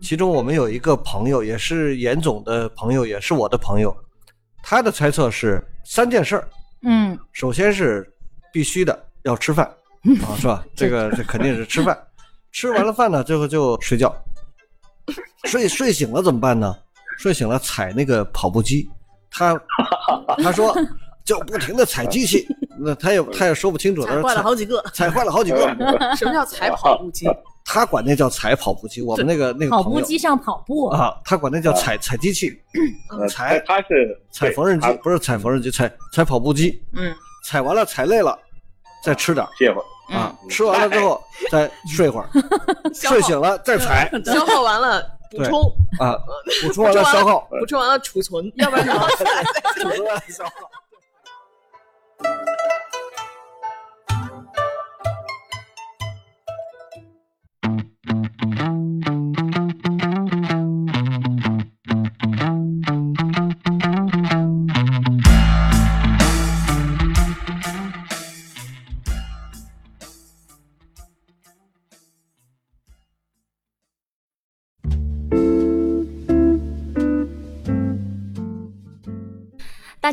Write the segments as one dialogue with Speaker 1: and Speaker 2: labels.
Speaker 1: 其中我们有一个朋友，也是严总的朋友，也是我的朋友，他的猜测是三件事儿。
Speaker 2: 嗯，
Speaker 1: 首先是必须的，要吃饭
Speaker 3: 嗯
Speaker 1: 啊， 是吧？这个这肯定是吃饭，吃完了饭呢，最后就睡觉。睡睡醒了怎么办呢？睡醒了踩那个跑步机，他他 说就不停的踩机器，那他也他也说不清楚，他
Speaker 3: 踩
Speaker 1: 说
Speaker 3: 坏了
Speaker 1: 踩
Speaker 3: 好几个。
Speaker 1: 踩坏了好几 个，
Speaker 4: 呃
Speaker 3: 什 么叫踩跑步机？
Speaker 1: 他管那叫踩跑步机，我们那个那个
Speaker 2: 跑
Speaker 1: 朋
Speaker 2: 步
Speaker 1: 友
Speaker 2: 机上跑步，
Speaker 1: 啊，他管那叫踩踩机器，
Speaker 5: 嗯
Speaker 4: 呃
Speaker 1: 踩
Speaker 4: 他是
Speaker 1: 踩缝纫机，不是踩缝纫机，踩踩跑步机，
Speaker 3: 嗯，
Speaker 1: 踩完了踩累了，再吃点儿
Speaker 4: 歇会儿，
Speaker 2: 嗯
Speaker 3: 嗯
Speaker 1: 啊，吃完了之 后再睡会儿，
Speaker 3: 消耗
Speaker 1: 睡醒了再 踩
Speaker 3: 消耗完了补充，
Speaker 1: 啊，补充完了消耗，
Speaker 3: 补充完了储存，要不然你要
Speaker 1: 补充完了消耗。
Speaker 5: 大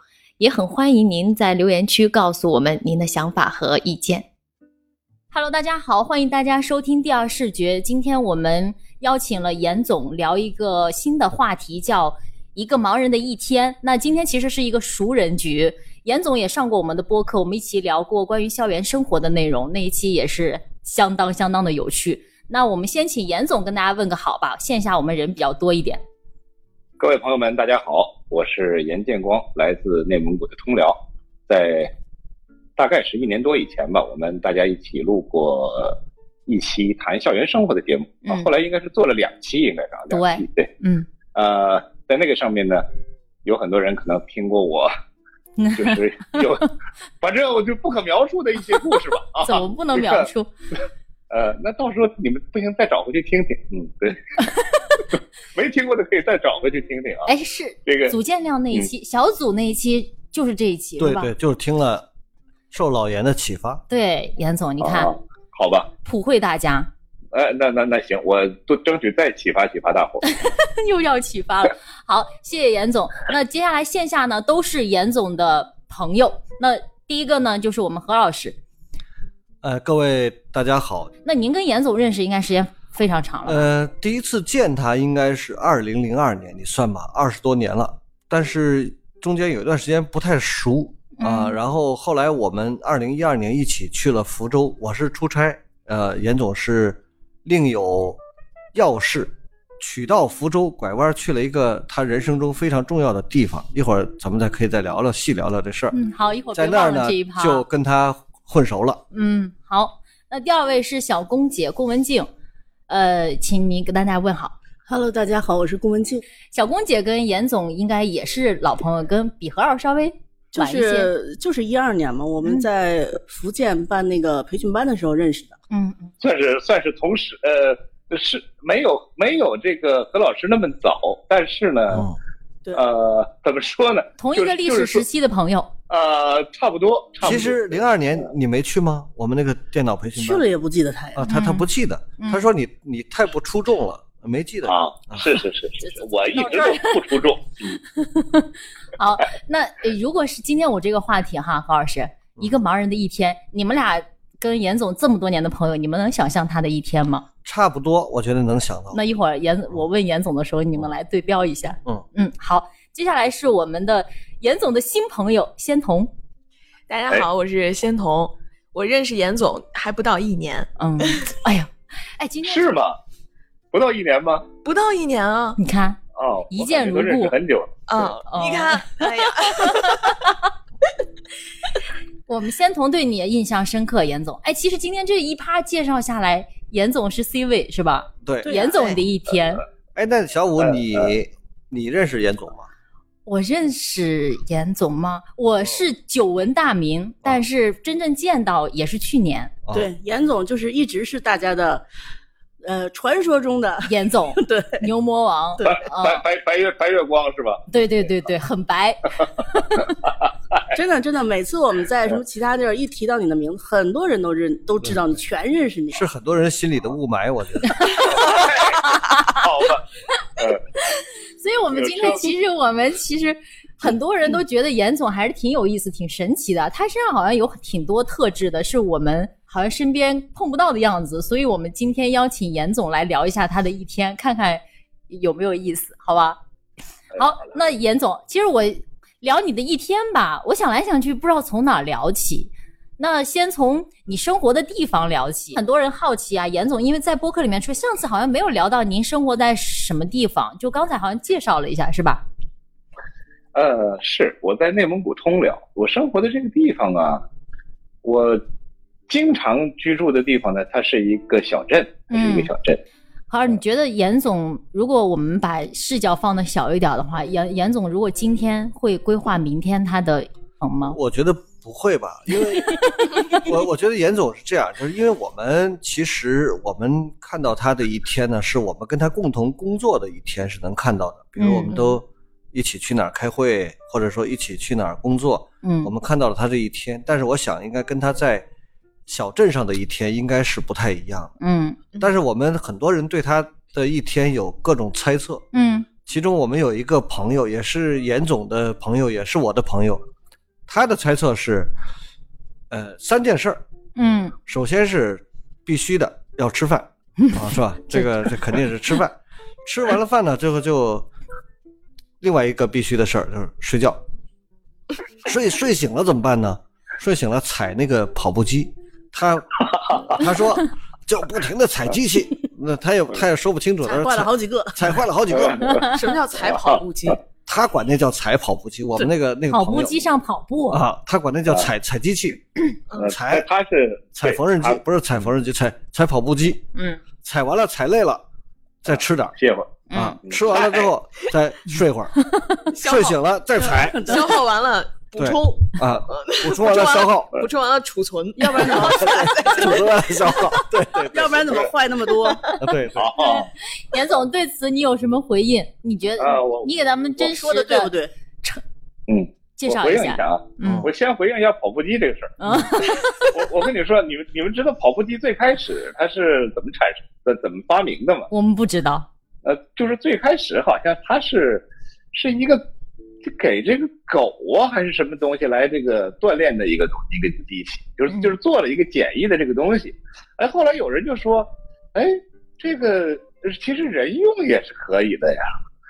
Speaker 5: 也很欢迎您在留言区告诉我们您的想法和意见。Hello，大家好，欢迎大家收听《第二视觉》。今天我们邀请了严总聊一个新的话题，叫“一个盲人的一天”。那今天其实是一个熟人局，严总也上过我们的播客，我们一起聊过关于校园生活的内容，那一期也是相当相当的有趣。那我们先请严总跟大家问个好吧，线下我们人比较多一点。
Speaker 4: 各位朋友们，大家好，我是严建光，来自内蒙古的通辽，在大概是一年多以前吧，我们大家一起录过一期谈校园生活的节目，啊
Speaker 5: 嗯，
Speaker 4: 后来应该是做了两期，应该是啊，两期对，
Speaker 5: 嗯，
Speaker 4: 呃，在那个上面呢，有很多人可能听 过我，就是有，反正我就不可描述的一些故事吧，啊，
Speaker 5: 怎么不能描述？
Speaker 4: 呃，那到时候你们不行再找回去听听，嗯， 对，没听过的可以再找回去听听啊。
Speaker 5: 哎，是
Speaker 4: 这个嗯
Speaker 5: 组建量那一期，小组那一期就是这一期，
Speaker 1: 对
Speaker 5: 是吧？
Speaker 1: 对，就是听了受老严的启发，
Speaker 5: 对，严总，你看、
Speaker 4: 啊好吧，
Speaker 5: 普惠大家
Speaker 4: 呃，那那那行，我多争取再启发启发大伙。
Speaker 5: 又要启发了。好，谢谢严总。那接下来线下呢都是严总的朋友。那第一个呢就是我们何老师。
Speaker 1: 呃，各位大家好，
Speaker 5: 那您跟严总认识应该时间非常长了，
Speaker 1: 呃，第一次见他应该是二零零二年，你算吧，二十多年了。但是中间有一段时间不太熟啊、
Speaker 5: 嗯
Speaker 1: 然后后来我们二零一二年一起去了福州，我是出差，呃，严总是另有要事，取到福州拐弯去了一个他人生中非常重要的地方。一会儿咱们再可以再聊聊细聊聊这事儿、
Speaker 5: 嗯，好，一会儿
Speaker 1: 在
Speaker 5: 别
Speaker 1: 那儿
Speaker 5: 忘了
Speaker 1: 呢
Speaker 5: 这一趴，
Speaker 1: 就跟他混熟了。
Speaker 5: 嗯，好。那第二位是小龚姐龚文静，呃，请您跟大家问好。
Speaker 3: Hello，大家好，我是顾文静，
Speaker 5: 小龚姐跟严总应该也是老朋友，跟比何老师稍微
Speaker 3: 就
Speaker 5: 晚一些。
Speaker 3: 是就是一二年嘛，我们
Speaker 5: 嗯
Speaker 3: 在福建办那个培训班的时候认识的，
Speaker 5: 嗯，
Speaker 4: 算是算是同时，呃，是没有没有这个何老师那么早，但是呢，
Speaker 1: 嗯，
Speaker 3: 对，
Speaker 4: 呃，怎么说呢？
Speaker 5: 同一个历史时
Speaker 4: 期，
Speaker 5: 期的朋友，
Speaker 4: 呃，差不多，差不多。
Speaker 1: 其实零二年你没去吗？我们那个电脑培训
Speaker 3: 去
Speaker 1: 班
Speaker 3: 了也不记得他呀
Speaker 1: 啊，，他他
Speaker 5: 嗯
Speaker 1: 不记得，他说你你太不出众了，没记得
Speaker 4: 啊，是是是是 是，我一直都不出众。嗯
Speaker 5: 好，那呃如果是今天我这个话题哈，何老师，一个盲人的一天，你们俩跟严总这么多年的朋友，你们能想象他的一天吗？
Speaker 1: 差不多，我觉得能想到。
Speaker 5: 那一会儿严我问严总的时候，你们来对标一下。
Speaker 1: 嗯
Speaker 5: 嗯，好，接下来是我们的严总的新朋友仙童，
Speaker 6: 大家好，我是仙童。我认识严总还不到一年，
Speaker 5: 嗯，哎呀，哎，今天
Speaker 4: 是啊吗？不到一年吗？
Speaker 6: 不到一年啊，
Speaker 5: 你看，
Speaker 4: 哦，
Speaker 5: 一见如故
Speaker 4: 我感觉都认识很久了。
Speaker 6: 嗯，
Speaker 5: 哦
Speaker 6: 你看，哎呀，
Speaker 5: 我们仙童对你的印象深刻，严总。哎，其实今天这一趴介绍下来，严总是 C 位是吧？
Speaker 1: 对，
Speaker 3: 对呀
Speaker 5: 严总的一天，
Speaker 1: 哎，那小五你你认识严总吗？
Speaker 5: 我认识严总吗？我是久闻大名，但是真正见到也是去年。
Speaker 1: 啊，
Speaker 3: 对，严总就是一直是大家的，呃，传说中的，
Speaker 5: 严 总，
Speaker 3: 对，
Speaker 5: 牛魔王，
Speaker 4: 白白
Speaker 5: 啊，
Speaker 4: 白白月白月光是吧？
Speaker 5: 对对对哦对，很白，
Speaker 3: 真的真的，每次我们在什么其他地儿一提到你的名字，很多人都认都知道你，全认识你。
Speaker 1: 是很多人心里的雾霾，我觉 得。
Speaker 4: 好吧，
Speaker 5: 所以我们今天其实我们其实很多人都觉得严总还是挺有意思、挺神奇的。他身上好像有挺多特质的，是我们好像身边碰不到的样子。所以我们今天邀请严总来聊一下他的一天，看看有没有意思，好吧？好，那严总，其实我聊你的一天吧，我想来想去，不知道从哪儿聊起。那先从你生活的地方聊起，很多人好奇啊，严总，因为在播客里面说，上次好像没有聊到您生活在什么地方，就刚才好像介绍了一下，是吧？
Speaker 4: 呃，是我在内蒙古通辽，我生活的这个地方啊，我经常居住的地方呢，它是一个小镇，它是
Speaker 5: 嗯
Speaker 4: 一个小镇。
Speaker 5: 好，你觉得严总，如果我们把视角放的小一点的话，严严总如果今天会规划明天他的嗯吗？
Speaker 1: 我觉得不会吧，因为我我觉得严总是这样，就是因为我们其实我们看到他的一天呢，是我们跟他共同工作的一天是能看到的，比如我
Speaker 5: 嗯
Speaker 1: 们都一起去哪儿开会，或者说一起去哪儿工作，
Speaker 5: 嗯
Speaker 1: 我们看到了他这一天，但是我想应该跟他在小镇上的一天应该是不太一样的，
Speaker 5: 嗯
Speaker 1: 但是我们很多人对他的一天有各种猜测，
Speaker 5: 嗯
Speaker 1: 其中我们有一个朋友，也是严总的朋友，也是我的朋友，他的猜测是，呃，三件事儿，
Speaker 5: 嗯
Speaker 1: 首先是必须的要吃饭啊，是吧？这个这肯定是吃饭，吃完了饭呢，最后就另外一个必须的事儿就是睡觉，睡睡醒了怎么办呢？睡醒了踩那个跑步机，他他说就不停的踩机器，那他也他也说不清楚，他
Speaker 3: 踩
Speaker 1: 说
Speaker 3: 坏了
Speaker 1: 踩
Speaker 3: 好几个，
Speaker 1: 踩坏了好几个。
Speaker 4: 嗯
Speaker 6: 什么叫踩跑步机？
Speaker 1: 他管那叫踩跑步机，我们那个那个
Speaker 5: 跑
Speaker 1: 朋
Speaker 5: 步
Speaker 1: 友
Speaker 5: 机上跑步，
Speaker 1: 啊，他管那叫踩踩机器，
Speaker 4: 呃
Speaker 1: 踩
Speaker 4: 它它是
Speaker 1: 踩缝纫
Speaker 4: 对
Speaker 1: 机，不是踩缝纫机，踩踩跑步机，
Speaker 5: 嗯
Speaker 1: 踩完了踩累了，再吃点儿
Speaker 4: 它歇会儿。
Speaker 1: 啊，
Speaker 4: 嗯
Speaker 1: 吃完了之后再睡会儿，
Speaker 6: 消耗
Speaker 1: 睡醒了再踩
Speaker 6: 消耗完了补充，
Speaker 1: 啊，补充完了消耗，
Speaker 6: 补充完了储存，
Speaker 3: 要 不然怎么，
Speaker 1: 补充完了消耗，对对
Speaker 3: 要不然怎么坏那么多？
Speaker 1: 对
Speaker 5: 嗯
Speaker 1: 对，
Speaker 4: 好，
Speaker 5: 严总对此你有什么回应？你觉得、
Speaker 4: 啊我
Speaker 5: 你给咱们真实
Speaker 3: 说的对不对？
Speaker 4: 嗯，
Speaker 5: 介
Speaker 4: 我
Speaker 5: 绍
Speaker 4: 回
Speaker 5: 一
Speaker 4: 应一
Speaker 5: 下？
Speaker 4: 下啊，
Speaker 5: 嗯
Speaker 4: 我先回应一下跑步机这个事儿。
Speaker 5: 嗯
Speaker 4: 我我跟你说，你们你们知道跑步机最开始它是怎么产生的、怎么发明的吗？
Speaker 5: 我们不知道，
Speaker 4: 呃，就是最开始好像它是是一个给这个狗啊还是什么东西来这个锻炼的一个东一个机器，就是
Speaker 5: 嗯
Speaker 4: 就是做了一个简易的这个东西。哎，后来有人就说，哎，这个呃其实人用也是可以的呀。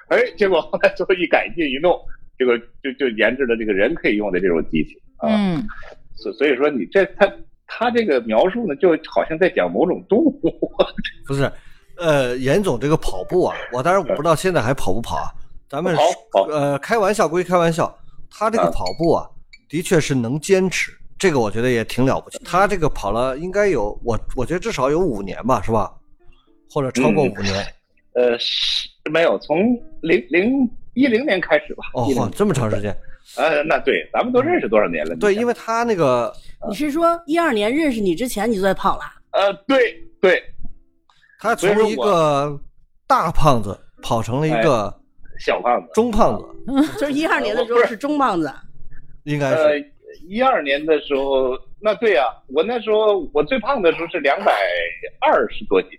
Speaker 4: 哎，结果后来最后一改进一弄，结果就就研制了这个人可以用的这种机器啊。
Speaker 5: 嗯
Speaker 4: 所所以说你这他他这个描述呢，就好像在讲某种动物。
Speaker 1: 不是，呃，严总这个跑步啊，我当然我不知道现在还跑不跑啊，咱们
Speaker 4: 跑跑
Speaker 1: 呃开玩笑归开玩笑，他这个
Speaker 4: 啊
Speaker 1: 跑步啊，的确是能坚持，这个我觉得也挺了不起。他这个跑了应该有我我觉得至少有五年吧，是吧？或者超过
Speaker 4: 嗯
Speaker 1: 五年、
Speaker 4: 呃，是没有，从零零一零年开始吧。
Speaker 1: 哦，
Speaker 4: 10
Speaker 1: 哇，这么长时间。
Speaker 4: 呃，那对，咱们都认识多少年了？
Speaker 1: 对，
Speaker 4: 你
Speaker 1: 因为他那个
Speaker 3: 你是说一二年认识你之前你就在跑啦？
Speaker 4: 呃，对对，
Speaker 1: 他
Speaker 4: 所以
Speaker 1: 从一
Speaker 4: 说哎
Speaker 1: 个大胖子跑成了一个
Speaker 4: 小胖子。
Speaker 1: 中胖子，
Speaker 3: 就是一二年的时
Speaker 4: 我
Speaker 3: 候
Speaker 4: 不是
Speaker 3: 是中胖子，
Speaker 1: 应该
Speaker 4: 呃
Speaker 1: 是，
Speaker 4: 一二年的时候，那对呀、我那时候我最胖的时候是两百二十多斤。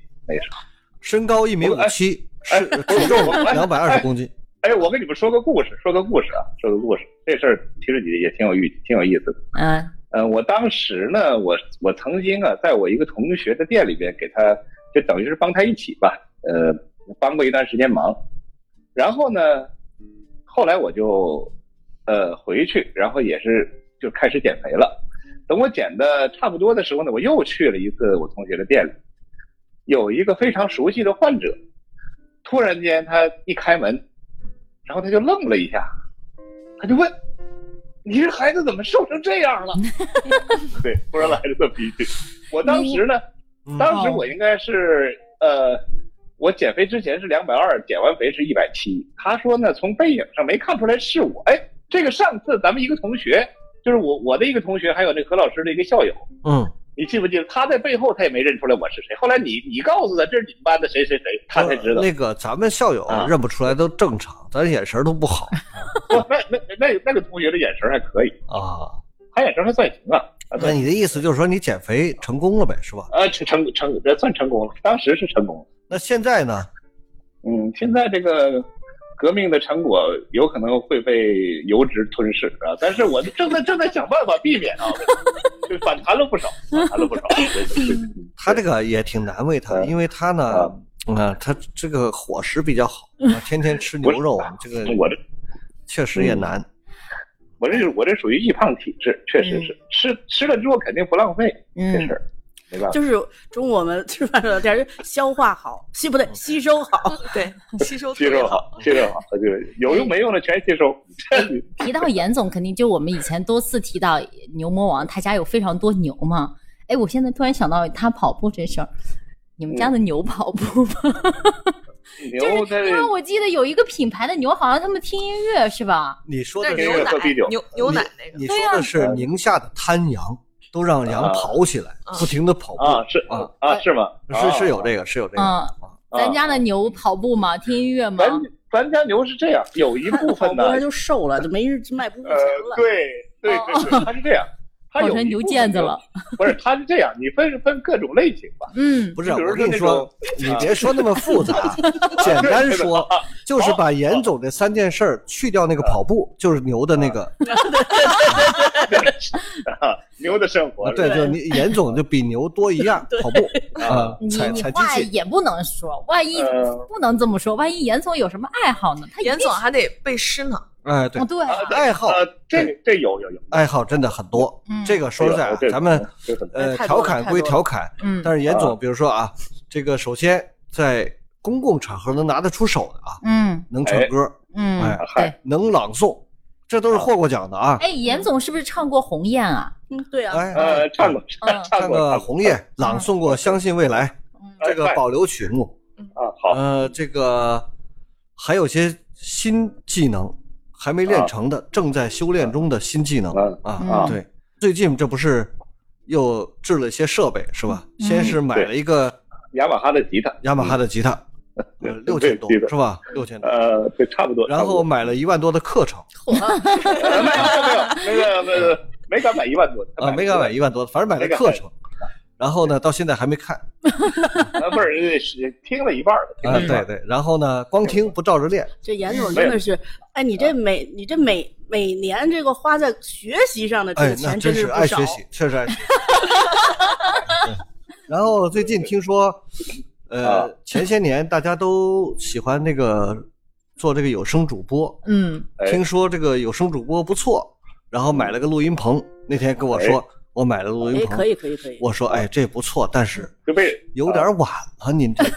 Speaker 1: 身高一米
Speaker 4: 我
Speaker 1: 五
Speaker 4: 哎
Speaker 1: 七，
Speaker 4: 哎
Speaker 1: 是体重
Speaker 4: 我哎
Speaker 1: 两百二十公斤。
Speaker 4: 哎，我跟你们说个故事，说个故事啊，说个故事。这事儿其实也也挺有意，挺有意思的。
Speaker 5: 嗯
Speaker 4: 呃，我当时呢，我我曾经啊，在我一个同学的店里边给他，就等于是帮他一起吧，呃，帮过一段时间忙。然后呢，后来我就呃回去，然后也是就开始减肥了。等我减的差不多的时候呢，我又去了一次我同学的店里，有一个非常熟悉的患者，突然间他一开门，然后他就愣了一下，他就问：“你这孩子怎么瘦成这样了？” 对，突然来了个脾气。我当时呢，
Speaker 1: 嗯
Speaker 4: 当时我应该是呃，我减肥之前是两百二，减完肥是一百七。他说呢，从背影上没看出来是我。哎，这个上次咱们一个同学，就是我我的一个同学，还有那个何老师的一个校友，
Speaker 1: 嗯，
Speaker 4: 你记不记得？他在背后他也没认出来我是谁。后来你你告诉他这是你们班的谁谁谁，他才知道。
Speaker 1: 呃那个咱们校友
Speaker 4: 啊
Speaker 1: 认不出来都正常，咱眼神都不 好
Speaker 4: 哇哦那那那那个同学的眼神还可以，
Speaker 1: 啊。
Speaker 4: 他眼神还算行啊。啊
Speaker 1: 那
Speaker 4: 对
Speaker 1: 你的意思就是说你减肥成功了呗，是吧？
Speaker 4: 啊，成成成，这算成功了，当时是成功了。
Speaker 1: 那现在呢？
Speaker 4: 嗯，现在这个革命的成果有可能会被油脂吞噬啊，但是我正在正在想办法避免啊，就反弹了不少，反弹了不少。啊对对对
Speaker 1: 他这个也挺难为他，
Speaker 4: 嗯
Speaker 1: 因为他呢，嗯，他这个伙食比较 好，啊天天吃牛肉，啊这个
Speaker 4: 我这
Speaker 1: 确实也
Speaker 4: 嗯
Speaker 1: 难。
Speaker 4: 我这我这属于易胖体质，确实是、吃吃了之后肯定不浪费，这
Speaker 5: 嗯
Speaker 4: 事，儿没办法。
Speaker 3: 就是中午我们吃饭有点消化好，吸不对，吸收好。
Speaker 6: 对，吸收
Speaker 4: 吸
Speaker 6: 特别
Speaker 4: 收好，吸收好，就是有用没用的全 吸收。
Speaker 5: 提到严总，肯定就我们以前多次提到牛魔王，他家有非常多牛嘛。哎，我现在突然想到他跑步这事儿，你们家的牛跑步吗？
Speaker 4: 嗯 牛
Speaker 5: 就是
Speaker 4: 在
Speaker 5: 因为我记得有一个品牌的牛，好像他们听音乐是吧？
Speaker 1: 你说
Speaker 6: 那
Speaker 1: 的
Speaker 6: 是
Speaker 1: 是
Speaker 6: 牛奶
Speaker 4: 喝啤酒
Speaker 6: 牛牛奶那个
Speaker 1: 你说的是宁夏的滩羊，都让羊跑起来
Speaker 6: 啊，
Speaker 1: 不停的跑
Speaker 4: 啊
Speaker 1: 步，
Speaker 4: 是
Speaker 1: 啊
Speaker 4: 啊是吗？
Speaker 1: 是是有
Speaker 4: 啊
Speaker 1: 这个，是有这个。
Speaker 5: 嗯，
Speaker 4: 啊哎
Speaker 5: 咱家的牛跑步吗？听音乐吗？
Speaker 4: 咱咱家牛是这样，有一
Speaker 3: 看
Speaker 4: 部
Speaker 3: 好
Speaker 4: 分
Speaker 3: 多
Speaker 4: 呢
Speaker 3: 人就瘦了，就没人迈步不前
Speaker 4: 呃
Speaker 3: 了，。
Speaker 4: 对对对
Speaker 5: 哦
Speaker 4: 对，它是 这样，它
Speaker 5: 跑
Speaker 4: 有
Speaker 5: 成
Speaker 4: 一
Speaker 5: 牛
Speaker 4: 部分
Speaker 5: 腱子
Speaker 4: 牛
Speaker 5: 了。。
Speaker 4: 不是，它是这样，你分分各种类型吧。
Speaker 5: 嗯，
Speaker 1: 不是，
Speaker 4: 比如
Speaker 1: 我跟你说，
Speaker 4: 说那
Speaker 1: 你
Speaker 4: 种
Speaker 1: 别说那么复 杂，简单说就是把严总这三件事儿去掉那个跑步，就是牛的那个，
Speaker 4: 啊，牛的生活
Speaker 1: 啊，对，就是你严总就比牛多一 样跑步啊，
Speaker 5: 你
Speaker 1: 踩
Speaker 5: 你
Speaker 1: 踩机
Speaker 5: 话
Speaker 1: 器，
Speaker 5: 也不能说，万一
Speaker 4: 呃
Speaker 5: 不能这么说，万一严总有什么爱好呢？他一定
Speaker 6: 严总还得背诗呢，
Speaker 1: 哎，对
Speaker 5: 哦，对啊，
Speaker 1: 爱好
Speaker 4: 呃，这个这有有有，
Speaker 1: 爱好真的很多
Speaker 5: 嗯，
Speaker 1: 这个哎说实在啊
Speaker 4: 哎这，个嗯
Speaker 1: 咱们
Speaker 4: 这个
Speaker 1: 呃
Speaker 6: 太
Speaker 1: 调
Speaker 6: 多了
Speaker 1: 侃
Speaker 6: 太
Speaker 1: 归
Speaker 6: 多了
Speaker 1: 调侃，
Speaker 5: 嗯
Speaker 1: 但是严
Speaker 4: 啊
Speaker 1: 总，比如说啊，这个首先在公共场合能拿得出手的啊，
Speaker 5: 嗯
Speaker 1: 能唱歌，
Speaker 5: 嗯
Speaker 1: 哎，
Speaker 5: 对。
Speaker 1: 能朗诵，这都是获过奖的啊。
Speaker 5: 哎，严总是不是唱过《鸿雁》啊？
Speaker 3: 嗯，对啊，
Speaker 1: 哎，
Speaker 4: 呃唱过
Speaker 5: 嗯
Speaker 4: 唱
Speaker 1: 唱
Speaker 4: 过
Speaker 1: 个《红叶》，朗诵过《相信未来》
Speaker 5: 嗯
Speaker 1: 这个
Speaker 4: 哎
Speaker 1: 保留曲目，
Speaker 4: 啊，好，
Speaker 1: 呃，这个还有些新技能还没练成的，
Speaker 4: 啊
Speaker 1: 正在修炼中的新技能
Speaker 4: 嗯
Speaker 1: 啊
Speaker 5: 嗯。
Speaker 1: 对，最近这不是又制了一些设备是吧？
Speaker 5: 嗯
Speaker 1: 先是买了一个
Speaker 4: 雅马哈的吉他，
Speaker 1: 雅马哈的吉他，呃
Speaker 4: 嗯
Speaker 1: 六千多
Speaker 4: 对吉他
Speaker 1: 是吧？六千多，
Speaker 4: 呃，对，差不多。呃
Speaker 1: 然后买了一万多的课程
Speaker 4: 没有没有没有那个没敢买一万多
Speaker 1: 啊，没敢买一万多，反正买了课程。然后呢，到现在还没看
Speaker 4: 啊，不是是听了一半了，听
Speaker 1: 啊，
Speaker 4: 了一半
Speaker 1: 对对，然后呢，光听不照着练，
Speaker 3: 这严
Speaker 4: 嗯
Speaker 3: 总真的是，哎，你这每你这每每年这个花在学习上的这
Speaker 1: 哎
Speaker 3: 个，
Speaker 1: 那
Speaker 3: 钱
Speaker 1: 真
Speaker 3: 是不
Speaker 1: 爱
Speaker 3: 少哎
Speaker 1: 学。习，确实爱学习。 对然后最近听说，
Speaker 4: 啊
Speaker 1: 呃，前些年大家都喜欢那个做这个有声主播，
Speaker 5: 嗯，
Speaker 4: 哎
Speaker 1: 听说这个有声主播不错，然后买了个录音棚。那天跟我说，我买了录
Speaker 3: 哎
Speaker 1: 音，棚
Speaker 3: 可，以可以可以，
Speaker 1: 我说哎这不错，但是
Speaker 4: 就被
Speaker 1: 有点晚了，您这个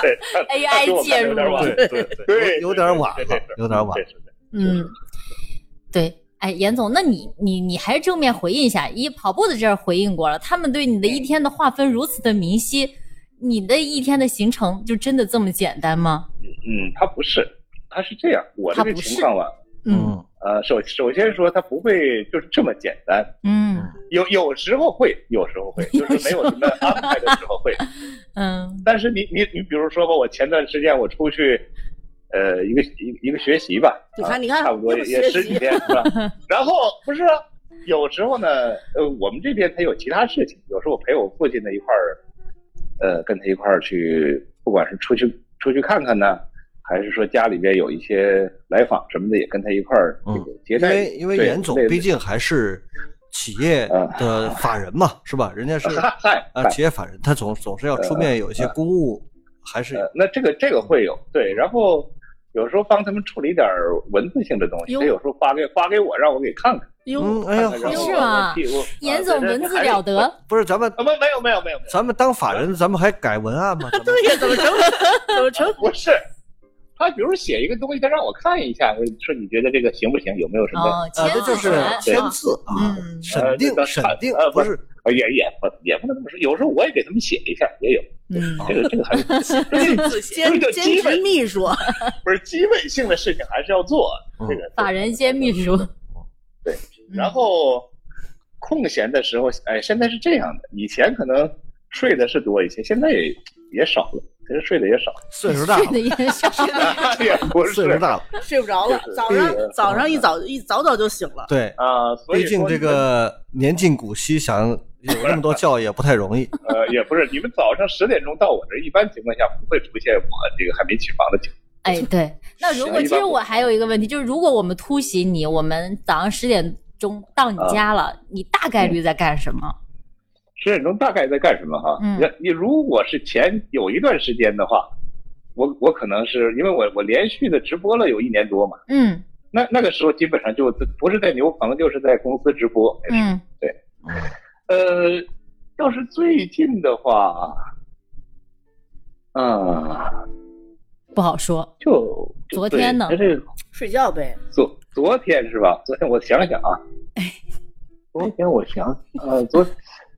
Speaker 4: 对
Speaker 5: AI
Speaker 4: 对我看着有点晚
Speaker 5: 介入
Speaker 4: 对对 对，
Speaker 1: 有点晚
Speaker 4: 对
Speaker 1: 了，有点晚。
Speaker 4: 对
Speaker 1: 了。
Speaker 4: 对对
Speaker 5: 嗯，对，哎，严总，那你你你还是正面回应一下，一跑步的这儿回应过了，他们对你的一天的划分如此的明晰，你的一天的行程就真的这么简单吗？
Speaker 4: 嗯，他不是，他是这样，我这
Speaker 5: 他
Speaker 4: 个
Speaker 5: 不是
Speaker 4: 情况吧，
Speaker 5: 嗯
Speaker 4: 呃，首首先说他不会就是这么简单，
Speaker 5: 嗯
Speaker 4: 有有时候会，有时候会，就是没有什么安排的时候会。
Speaker 5: 嗯
Speaker 4: 但是你你你比如说吧，我前段时间我出去，呃，一个一个一个学习吧，
Speaker 3: 你
Speaker 4: 啊
Speaker 3: 看你 看
Speaker 4: 差不多
Speaker 3: 又
Speaker 4: 也
Speaker 3: 学
Speaker 4: 也十
Speaker 3: 习
Speaker 4: 几天是 吧？然后不是啊，有时候呢，呃，我们这边他有其他事情，有时候我陪我父亲呢一块儿，呃，跟他一块儿去，不管是出去出去看看呢，还是说家里边有一些来访什么的，也跟他一块儿这个接
Speaker 1: 嗯因
Speaker 4: 待。
Speaker 1: 为因为
Speaker 4: 对啊
Speaker 1: 严总
Speaker 4: 类似
Speaker 1: 毕竟还是企业的法人嘛，是吧？人家是
Speaker 4: 嗨 嗨
Speaker 1: 啊，企业法人他总总是要出
Speaker 4: 啊
Speaker 1: 面有一些公务，还是
Speaker 4: 呃，那这个这个会有对，然后有时候帮他们处理点儿文字性的东西，
Speaker 3: 哟
Speaker 4: 他有时候发给发给我，让我给看 看。
Speaker 1: 嗯，
Speaker 3: 哟，
Speaker 1: 哎呀，
Speaker 4: 看看然
Speaker 1: 好
Speaker 4: 后
Speaker 5: 是
Speaker 4: 我
Speaker 5: 吗
Speaker 4: 我替我
Speaker 5: 严
Speaker 4: 啊
Speaker 5: 总
Speaker 4: 对对
Speaker 5: 文
Speaker 4: 他
Speaker 5: 字
Speaker 4: 还
Speaker 5: 了得，
Speaker 1: 不是咱们
Speaker 4: 啊，不，没有没有没有没有，
Speaker 1: 咱们当法人，咱们还改文案吗？咱们
Speaker 3: 对呀，怎么成怎么成？
Speaker 4: 不是。他比如写一个东西，他让我看一下，说你觉得这个行不行，有没有什么？
Speaker 5: 哦，
Speaker 1: 啊，
Speaker 5: 签
Speaker 1: 这
Speaker 5: 字
Speaker 1: 就是
Speaker 5: 权
Speaker 1: 签字啊，
Speaker 5: 嗯
Speaker 1: 审定
Speaker 4: 呃
Speaker 1: 审定
Speaker 4: 呃，
Speaker 1: 不
Speaker 4: 不
Speaker 1: 是
Speaker 5: 哦
Speaker 4: 呃也也不也不能这么说，有时候我也给他们写一下，也有
Speaker 6: 嗯，
Speaker 4: 这个这个 还是
Speaker 3: 兼
Speaker 4: 这个
Speaker 3: 兼
Speaker 4: 基
Speaker 3: 职
Speaker 4: 本
Speaker 3: 秘书，
Speaker 4: 不是基本性的事情还是要做
Speaker 1: 嗯
Speaker 4: 这个
Speaker 5: 法人兼秘 书，
Speaker 4: 然后空闲的时候，哎，现在是这样的，以前可能睡的是多一些，现在也也少了，其实睡的 也少，
Speaker 1: 岁数大了，
Speaker 5: 的也是
Speaker 4: 也不是啊
Speaker 1: 岁数大了，
Speaker 3: 睡不着了
Speaker 4: 是，是
Speaker 3: 早上
Speaker 4: 是嗯是
Speaker 3: 早上一早一早早就醒了，
Speaker 1: 对，
Speaker 4: 啊、所以
Speaker 1: 毕竟
Speaker 4: 说
Speaker 1: 这
Speaker 4: 你们
Speaker 1: 个年近古稀，想有那么多觉也不太容易。
Speaker 4: 呃也不是，你们早上十点钟到我这儿，一般情况下不会出现我这个还没起床的情况。
Speaker 5: 哎，对。那如果
Speaker 4: 是
Speaker 5: 其实我还有一个问题，就是如果我们突袭你，我们早上十点钟到
Speaker 4: 啊
Speaker 5: 你家了，你大
Speaker 4: 嗯
Speaker 5: 概率在干什么？
Speaker 4: 十点钟大概在干什么哈？
Speaker 5: 嗯
Speaker 4: 你你如果是前有一段时间的话，我我可能是因为我我连续的直播了有一年多嘛，
Speaker 5: 嗯
Speaker 4: 那那个时候基本上就不是在牛棚就是在公司直播，
Speaker 5: 嗯
Speaker 4: 呃，要是最近的话，啊，
Speaker 5: 不好说。
Speaker 4: 就就
Speaker 5: 昨天呢
Speaker 4: 对这个
Speaker 3: 睡觉呗。
Speaker 4: 昨昨天是吧？昨天我想想啊，
Speaker 5: 哎
Speaker 4: 昨天我想，呃，昨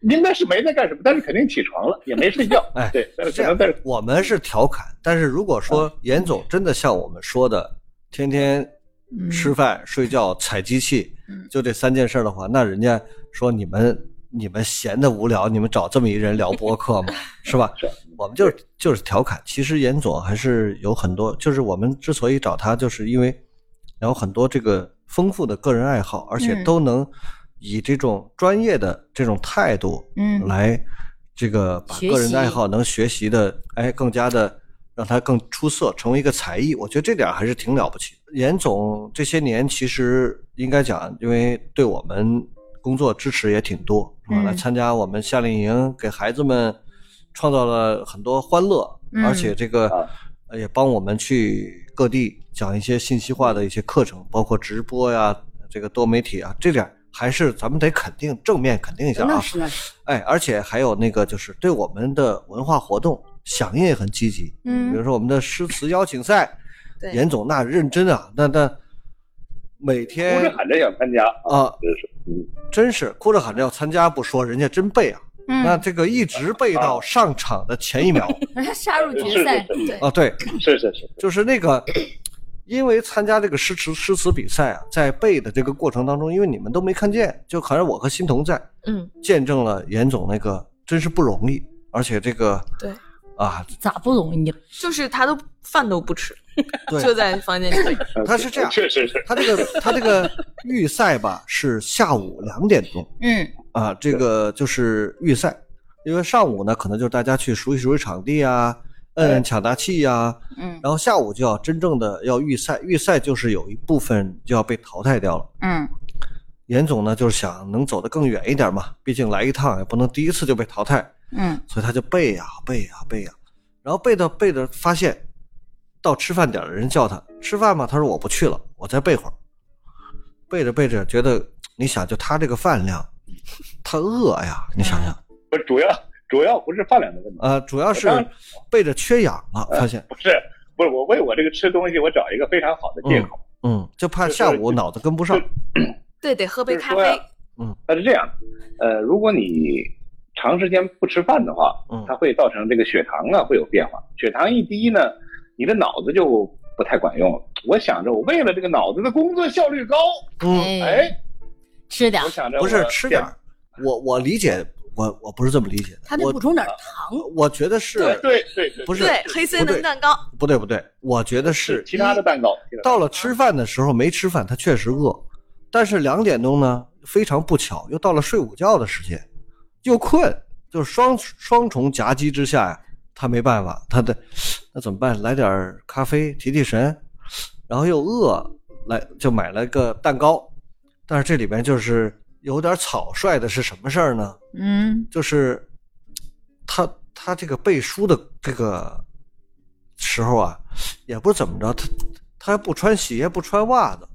Speaker 4: 应该是没在干什么，但是肯定起床了，也没睡觉。
Speaker 1: 哎
Speaker 4: 对，但是
Speaker 1: 这
Speaker 4: 可能
Speaker 1: 样
Speaker 4: 在这，
Speaker 1: 我们是调侃，但是如果说严总真的像我们说的，天天
Speaker 5: 嗯
Speaker 1: 吃饭、睡觉、踩机器
Speaker 5: 嗯，
Speaker 1: 就这三件事的话，那人家说你们你们闲的无聊，你们找这么一人聊播客嘛，是吧？
Speaker 4: 是
Speaker 1: 我们就是就是调侃。其实严总还是有很多，就是我们之所以找他，就是因为有很多这个丰富的个人爱好，而且
Speaker 5: 嗯
Speaker 1: 都能以这种专业的这种态度，
Speaker 5: 嗯
Speaker 1: 来这个把个人的爱好能学习的，哎，更加的让它更出色，成为一个才艺。我觉得这点还是挺了不起的。严总这些年其实应该讲，因为对我们工作支持也挺多，是吧？
Speaker 5: 嗯
Speaker 1: 来参加我们夏令营，给孩子们创造了很多欢乐，
Speaker 5: 嗯
Speaker 1: 而且这个
Speaker 4: 啊
Speaker 1: 呃也帮我们去各地讲一些信息化的一些课程，包括直播呀，这个多媒体啊，这点还是咱们得肯定正面肯定一下
Speaker 3: 那
Speaker 1: 啊。
Speaker 3: 是那是，
Speaker 1: 哎，而且还有那个就是对我们的文化活动响应也很积极，比如
Speaker 5: 嗯
Speaker 1: 说我们的诗词邀请赛，
Speaker 6: 对
Speaker 1: 严总那认真啊，那那每
Speaker 4: 哭着
Speaker 1: 天
Speaker 4: 喊着想参加啊，
Speaker 1: 啊，
Speaker 4: 真是，嗯，
Speaker 1: 真是哭着喊着要参加不说，人家真背啊，那
Speaker 5: 嗯，
Speaker 1: 这个一直背到上场的前 一秒
Speaker 5: 杀入决赛，
Speaker 4: 是是
Speaker 5: 对，
Speaker 1: 啊，对，
Speaker 4: 是是是，
Speaker 1: 就是那个，因为参加这个诗词诗词比赛啊，在背的这个过程当中，因为你们都没看见，就好像我和欣桐在，
Speaker 6: 嗯，
Speaker 1: 见证了严总那个真是不容易，而且这个
Speaker 6: 对
Speaker 1: 啊，
Speaker 5: 咋不容易？
Speaker 6: 就是他都饭都不吃，
Speaker 1: 对
Speaker 6: 就在房间里。
Speaker 1: 他是这样
Speaker 4: 确实是，
Speaker 1: 他这个他这个预赛吧是下午两点钟
Speaker 5: 嗯
Speaker 1: 啊，这个就是预赛，因为上午呢可能就是大家去熟悉熟悉场地啊，摁摁抢答器呀、
Speaker 5: 嗯
Speaker 1: 然后下午就要真正的要预赛，预赛就是有一部分就要被淘汰掉了。
Speaker 5: 嗯
Speaker 1: 严总呢就是想能走得更远一点嘛，毕竟来一趟也不能第一次就被淘汰，
Speaker 5: 嗯
Speaker 1: 所以他就背呀、背呀、背呀、然后背着背着发现，到吃饭点儿了，人叫他吃饭嘛，他说我不去了，我再背会儿。背着背着，觉得你想就他这个饭量，他饿呀，你想想，
Speaker 4: 不是主要主要不是饭量的问题，
Speaker 1: 呃，主要是背着缺氧了，发现，
Speaker 4: 不是不是我为我这个吃东西，我找一个非常好的借口。
Speaker 1: 嗯，就怕下午脑子跟不上，
Speaker 6: 对，得喝杯
Speaker 4: 就是
Speaker 6: 咖
Speaker 4: 说
Speaker 6: 啡
Speaker 4: 呀。它是这样，呃，如果你长时间不吃饭的话，
Speaker 1: 嗯
Speaker 4: 它会造成这个血糖啊会有变化。血糖一低呢，你的脑子就不太管用了。我想着，我为了这个脑子的工作效率高，
Speaker 1: 嗯，
Speaker 4: 哎，，
Speaker 5: 吃点
Speaker 4: 我
Speaker 5: 儿，
Speaker 4: 想着
Speaker 1: 不是
Speaker 4: 我
Speaker 1: 吃点儿，我我理解，我我不是这么理解的，
Speaker 3: 他得
Speaker 1: 我
Speaker 3: 补充点糖，
Speaker 4: 啊
Speaker 1: 我觉得是
Speaker 4: 对对对对，
Speaker 1: 不是
Speaker 6: 对，黑森林蛋糕。
Speaker 1: 不对不对，我觉得
Speaker 4: 是
Speaker 1: 是
Speaker 4: 其他的蛋糕，其他的
Speaker 1: 到了吃饭的时候没吃饭，他确实饿，但是两点钟呢，非常不巧，又到了睡午觉的时间，又困，就是双双重夹击之下呀，他没办法，他的那怎么办？来点儿咖啡提提神，然后又饿，来就买了个蛋糕，但是这里边就是有点草率的是什么事儿呢？
Speaker 5: 嗯
Speaker 1: 就是他他这个背书的这个时候啊，也不怎么着，他他还不穿鞋不穿袜子，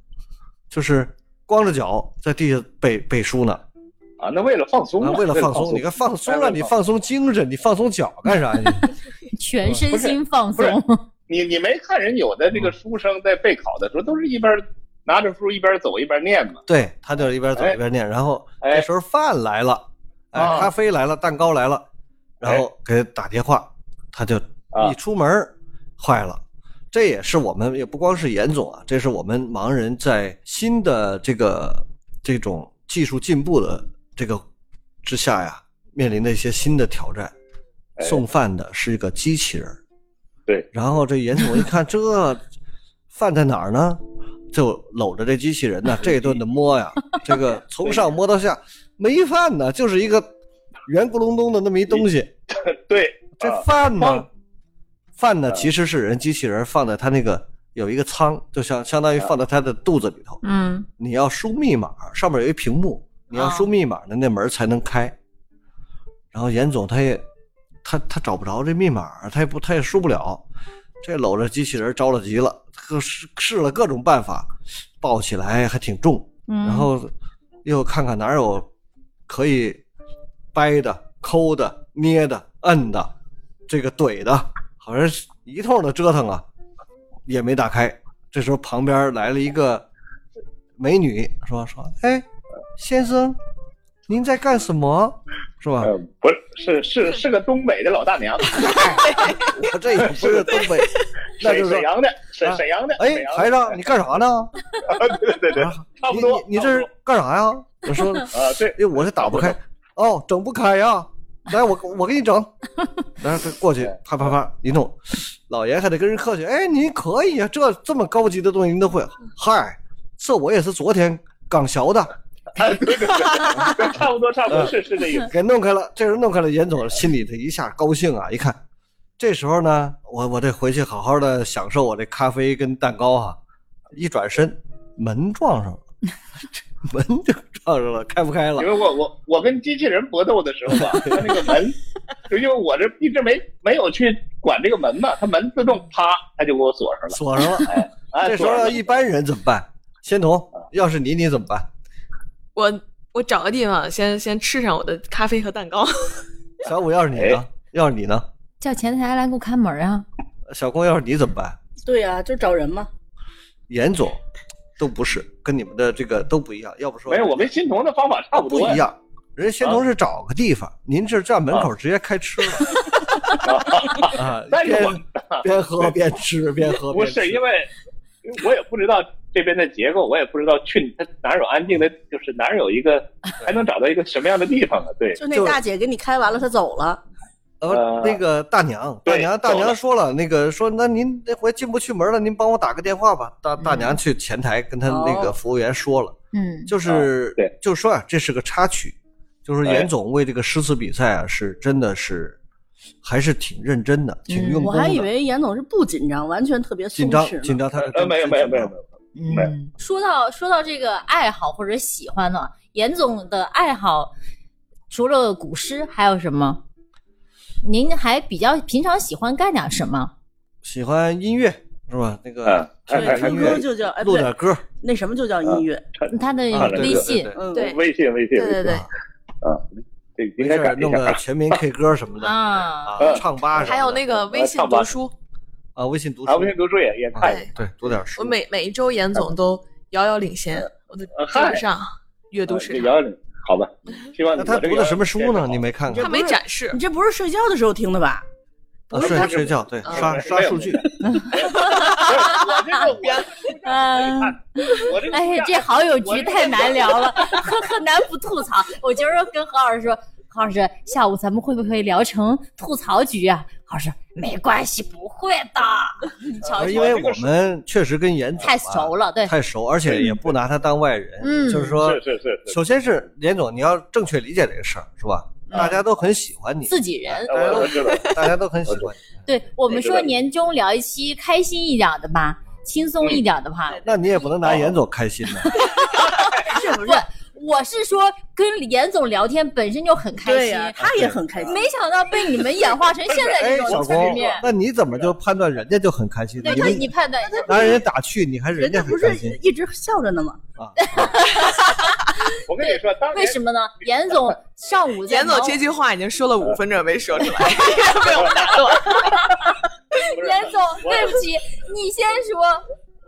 Speaker 1: 就是光着脚在地下背背书呢。
Speaker 4: 啊，那为了放松
Speaker 1: 啊
Speaker 4: 嘛，
Speaker 1: 为了放松，
Speaker 4: 松，
Speaker 1: 你看放松了，
Speaker 4: 哎
Speaker 1: 你放松精神，你放松脚干啥呀？
Speaker 5: 全身心放
Speaker 4: 不
Speaker 5: 松
Speaker 4: 是，你你没看人有的这
Speaker 1: 嗯
Speaker 4: 个书生在备考的时候，都是一边拿着书一边走一边念嘛，
Speaker 1: 对他就是一边走一边念，然后
Speaker 4: 哎
Speaker 1: 这时候饭来了，哎，
Speaker 4: 啊哎
Speaker 1: 咖啡来了，蛋糕来了，然后给他打电话，他就
Speaker 4: 啊
Speaker 1: 一出门儿坏了。这也是我们也不光是严总啊，这是我们盲人在新的这个这种技术进步的这个之下呀，面临的一些新的挑战。
Speaker 4: 哎
Speaker 1: 送饭的是一个机器人儿，
Speaker 4: 对，
Speaker 1: 然后这严总一看， 这饭在哪儿呢？就搂着这机器人 呢，这一顿的摸呀，这个从上摸到下，没饭呢，就是一个圆咕隆咚的那么一东 西。
Speaker 4: 对，
Speaker 1: 这
Speaker 4: 啊
Speaker 1: 饭呢
Speaker 4: 放，
Speaker 1: 饭呢其实是人机器人放在它那个有一个仓，就相相当于放在它的肚子里头。
Speaker 5: 嗯
Speaker 1: 你要输密码，上面有一屏幕，你要输密码呢，那门才能开。然后严总他也他他找不着这密码，他也不他也输不了，这搂着机器人着了急了，各试试了各种办法，抱起来还挺重，
Speaker 5: 嗯，
Speaker 1: 然后又看看哪有可以掰的、抠的、捏的、摁的，这个怼的，好像是一通的折腾啊，也没打开。这时候旁边来了一个美女，说说，哎，先生，您在干什么？是吧？
Speaker 4: 呃，不是，是是是个东北的老大娘，
Speaker 1: 我这 也是东北， 那就是
Speaker 4: 沈沈阳的，
Speaker 1: 啊
Speaker 4: 沈沈阳的，
Speaker 1: 哎
Speaker 4: 沈，阳的
Speaker 1: 台长，你干啥呢？
Speaker 4: 对对对，
Speaker 1: 啊
Speaker 4: 差
Speaker 1: 你
Speaker 4: 不多，
Speaker 1: 你你这
Speaker 4: 差不
Speaker 1: 是干啥呀？我说
Speaker 4: 多啊，对，
Speaker 1: 哎，我是打不开，哦，整不开呀！来，我我给你 整，然后他过去啪啪啪一弄，老爷还得跟人客气，哎，您可以啊，这这么高级的东西您都会，嗨，这我也是昨天刚学的，
Speaker 4: 哎，对对对，差不多差不
Speaker 1: 嗯
Speaker 4: 多是是这意思，
Speaker 1: 给弄开了，这人弄开了，严总心里头一下高兴啊，一看，这时候呢，我我得回去好好的享受我这咖啡跟蛋糕啊，一转身门撞上了， 门就撞上了，开不开了
Speaker 4: 因为。我我我跟机器人搏斗的时候吧，它那个门，就因为我这一直没没有去管这个门嘛，它门自动啪，它就给我锁上了。
Speaker 1: 锁上了，
Speaker 4: 哎，
Speaker 1: 这时候
Speaker 4: 锁上
Speaker 1: 要
Speaker 4: 了
Speaker 1: 一般人怎么办？仙童，要是你你怎么办？
Speaker 6: 我我找个地方先先吃上我的咖啡和蛋糕。
Speaker 1: 小五，要是你
Speaker 4: 哎
Speaker 1: 呢？要是你呢？
Speaker 5: 叫前台来给我看门啊。
Speaker 1: 小光，要是你怎么办？
Speaker 3: 对呀、就找人嘛。
Speaker 1: 严总都不是，跟你们的这个都不一样。要不说啊
Speaker 4: 没有，我跟欣桐的方法差不
Speaker 1: 不
Speaker 4: 多呀啊
Speaker 1: 一。样。人仙童是找个地方，您这站门口直接开吃了 啊！
Speaker 4: 但是我
Speaker 1: 边边喝边吃，边喝
Speaker 4: 不
Speaker 1: 边吃
Speaker 4: 是。因为我也不知道这边的结构，我也不知道去它哪有安静的，就是哪有一个还能找到一个什么样的地方啊？对，
Speaker 3: 就那
Speaker 1: 就
Speaker 3: 大姐给你开完了，她走了。
Speaker 1: 呃
Speaker 4: 呃，
Speaker 1: 那个大娘，大
Speaker 4: 对
Speaker 1: 娘，大
Speaker 4: 走
Speaker 1: 娘
Speaker 4: 了
Speaker 1: 说了，那个说，那您那回进不去门了，您帮我打个电话吧。大
Speaker 4: 嗯
Speaker 1: 大娘去前台跟他那个
Speaker 3: 哦
Speaker 1: 服务员说了。
Speaker 5: 嗯，
Speaker 1: 就是、
Speaker 4: 啊对，哎
Speaker 1: 就是说啊，这是个插曲，就是严总为这个诗词比赛啊，是真的是还是挺认真的，挺用
Speaker 3: 我
Speaker 1: 功的。
Speaker 3: 还以为严总是不紧张，完全特别松
Speaker 1: 紧张
Speaker 3: 弛呢
Speaker 1: 紧张，他是
Speaker 4: 呃，
Speaker 1: 真
Speaker 4: 没有
Speaker 1: 是
Speaker 4: 没有
Speaker 1: 紧
Speaker 4: 没有
Speaker 1: 张
Speaker 4: 没有，没有
Speaker 5: 嗯，说到说到这个爱好或者喜欢呢，严总的爱好除了古诗还有什么？您还比较平常喜欢干点什么？
Speaker 1: 喜欢音乐是吧？那
Speaker 4: 嗯
Speaker 1: 个，
Speaker 4: 还还
Speaker 3: 对，
Speaker 4: 还
Speaker 3: 唱
Speaker 1: 音
Speaker 4: 可
Speaker 1: 乐
Speaker 3: 歌
Speaker 4: 以
Speaker 3: 就叫哎，不
Speaker 1: 录点
Speaker 3: 对，
Speaker 1: 歌，
Speaker 3: 那什么就
Speaker 1: 呃
Speaker 3: 叫音乐？
Speaker 5: 他的
Speaker 1: 啊对
Speaker 5: 微
Speaker 1: 对
Speaker 5: 信
Speaker 1: 对对
Speaker 3: 嗯，
Speaker 6: 对
Speaker 4: 微信微信
Speaker 6: 对对对，
Speaker 4: 啊，这应
Speaker 1: 没
Speaker 4: 该
Speaker 1: 事儿
Speaker 4: 改一
Speaker 1: 弄
Speaker 4: 下嗯
Speaker 1: 个
Speaker 4: 啊。
Speaker 1: 全民 K 歌什么的
Speaker 5: 啊，
Speaker 1: 啊，唱吧什么的
Speaker 6: 嗯还有那个微信读书，
Speaker 1: 啊，微信读书
Speaker 4: 啊，微信读书也也
Speaker 1: 啊
Speaker 4: 看一下。
Speaker 6: 对
Speaker 1: 对，读点书。
Speaker 6: 我每每一周严总都遥遥领先，我都追不上阅读市
Speaker 4: 这
Speaker 6: 场。
Speaker 4: 摇铃，好吧？希望
Speaker 1: 那他读的什么书呢？你没看看
Speaker 6: 他？没展示
Speaker 3: 你，这不是睡觉的时候听的吧？
Speaker 1: 啊睡睡觉，对，
Speaker 6: 嗯
Speaker 1: 刷
Speaker 4: 没
Speaker 1: 刷
Speaker 4: 有
Speaker 1: 数
Speaker 4: 没
Speaker 1: 据
Speaker 4: 有。我这个啊
Speaker 5: 嗯，
Speaker 4: 我 我这个
Speaker 5: 哎呀，这好友局太难聊了，很很难不吐槽。我今儿跟何老师说，何老师下午咱们会不会聊成吐槽局啊？何老师没关系，不会的。你瞧
Speaker 1: 而因
Speaker 5: 瞧，
Speaker 1: 为我们确实跟严总
Speaker 5: 太
Speaker 1: 啊
Speaker 5: 熟了，对，
Speaker 1: 太熟，而且也不拿他当外人。
Speaker 5: 哎嗯
Speaker 1: 就是说，
Speaker 4: 是是是是，
Speaker 1: 首先是连总，你要正确理解这个事儿，是吧？大家都很喜欢你，
Speaker 5: 嗯自己人。
Speaker 4: 哎我我知道，
Speaker 1: 大家都很喜欢你，
Speaker 5: 对我们
Speaker 4: 对
Speaker 5: 说
Speaker 4: 对
Speaker 5: 年终聊一期开心一点的吧，轻松一点的吧。
Speaker 1: 那你也不能拿严总开心呢。
Speaker 3: 是不是
Speaker 5: 不？我是说跟严总聊天本身就很开
Speaker 3: 对
Speaker 5: 心
Speaker 1: 啊
Speaker 3: 呀，，他也很开心。
Speaker 5: 没想到被你们演化成现 在
Speaker 1: 哎，
Speaker 5: 这
Speaker 1: 小
Speaker 5: 种局
Speaker 1: 龚
Speaker 5: 面。，
Speaker 1: 那你怎么就判断人家就很开心呢？
Speaker 5: 对
Speaker 1: 你
Speaker 5: 他，
Speaker 1: 们
Speaker 5: 你判断一下。
Speaker 1: 拿人家打趣，你还是
Speaker 3: 人
Speaker 1: 家
Speaker 3: 家
Speaker 1: 很
Speaker 3: 不
Speaker 1: 开
Speaker 3: 是
Speaker 1: 心
Speaker 3: 一直笑着呢吗？
Speaker 1: 啊？
Speaker 4: 我跟你说，当
Speaker 5: 为
Speaker 4: 年
Speaker 5: 什么呢？严总上午在
Speaker 6: 严总
Speaker 5: 忙
Speaker 6: 这句话已经说了五分钟也没说出来，被我打断。
Speaker 4: 不是
Speaker 5: 严总，
Speaker 4: 我
Speaker 5: 对不起，你先说。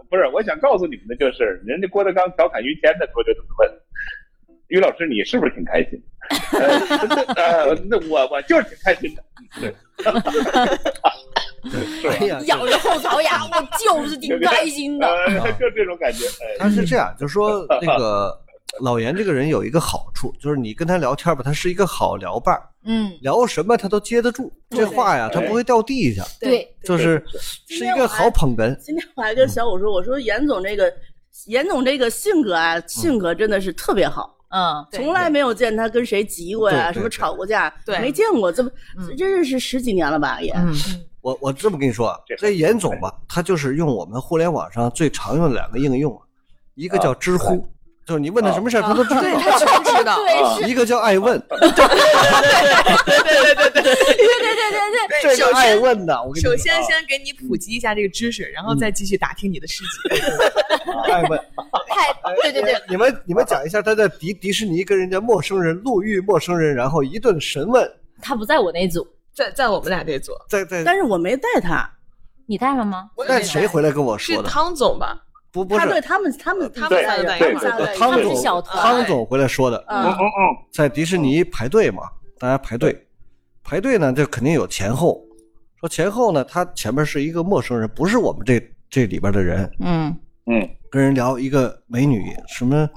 Speaker 4: 不是，我想告诉你们的就是，人家郭德纲调侃于谦的时候就这么问，于老师，你是不是挺开心？呃，那我我就是挺开心的。对，是吧？
Speaker 1: 哎呀，
Speaker 5: 咬着后槽牙，我就是挺开心 的。
Speaker 1: 啊
Speaker 4: 呃， 就这种感觉。哎
Speaker 1: 他是这样，就说那个老严这个人有一个好处，就是你跟他聊天吧，他是一个好聊伴儿，
Speaker 5: 嗯，
Speaker 1: 聊什么他都接得住，这话呀他不会掉地下，
Speaker 5: 对，
Speaker 1: 就是是一个好捧哏。
Speaker 3: 今天我还跟小五说，我说严总这个，严总这个性格
Speaker 1: 嗯
Speaker 3: 啊，性格真的是特别好，
Speaker 5: 嗯，
Speaker 6: 对
Speaker 3: 从来没有见他跟谁急过呀，
Speaker 1: 对对
Speaker 3: 什么吵过架，
Speaker 6: 对
Speaker 3: 没见过，这么
Speaker 5: 嗯
Speaker 3: 这认识十几年了吧也。
Speaker 5: 嗯，
Speaker 1: 我我这么跟你说啊，这严总吧，他就是用我们互联网上最常用的两个应用啊，一个叫知乎，就是你问他什么事儿他都知道。
Speaker 6: 对他全知道，
Speaker 5: 啊 对，是，
Speaker 1: 一个叫爱问，
Speaker 5: 对对对对对，
Speaker 1: 这个爱问的，哎我跟
Speaker 6: 首
Speaker 1: 你说
Speaker 6: 先先给你普及一下这个知识，然后再继续打听你的事情。
Speaker 1: 啊，爱问，
Speaker 5: 太对对对，
Speaker 1: 你们你们讲一下他在迪迪士尼跟人家陌生人路遇陌生人，然后一顿审问，
Speaker 5: 他不在我那组，
Speaker 6: 在在我们俩这组，
Speaker 1: 在在
Speaker 3: 但是我没带他，
Speaker 5: 你带了吗？
Speaker 6: 我
Speaker 1: 但谁回来跟我
Speaker 6: 是
Speaker 1: 说的？
Speaker 6: 汤总吧？
Speaker 1: 不不
Speaker 3: 他对
Speaker 1: 是，呃
Speaker 3: 他们他们
Speaker 6: 他
Speaker 4: 们
Speaker 3: 仨
Speaker 4: 仨
Speaker 3: 人，
Speaker 4: 在一
Speaker 3: 他们
Speaker 4: 块
Speaker 3: 仨
Speaker 4: 儿
Speaker 3: 在一块
Speaker 1: 汤
Speaker 5: 他
Speaker 3: 儿
Speaker 5: 们
Speaker 1: 总
Speaker 5: 是小
Speaker 1: 汤
Speaker 5: 团，
Speaker 1: 总回来说的，
Speaker 4: 嗯嗯
Speaker 3: 嗯，
Speaker 4: 嗯，
Speaker 1: 在迪士尼排队嘛，大家排队，排队呢就肯定有前后，说前后呢，他前面是一个陌生人，不是我们这这里边的人，
Speaker 5: 嗯，
Speaker 1: 跟人聊一个美女什么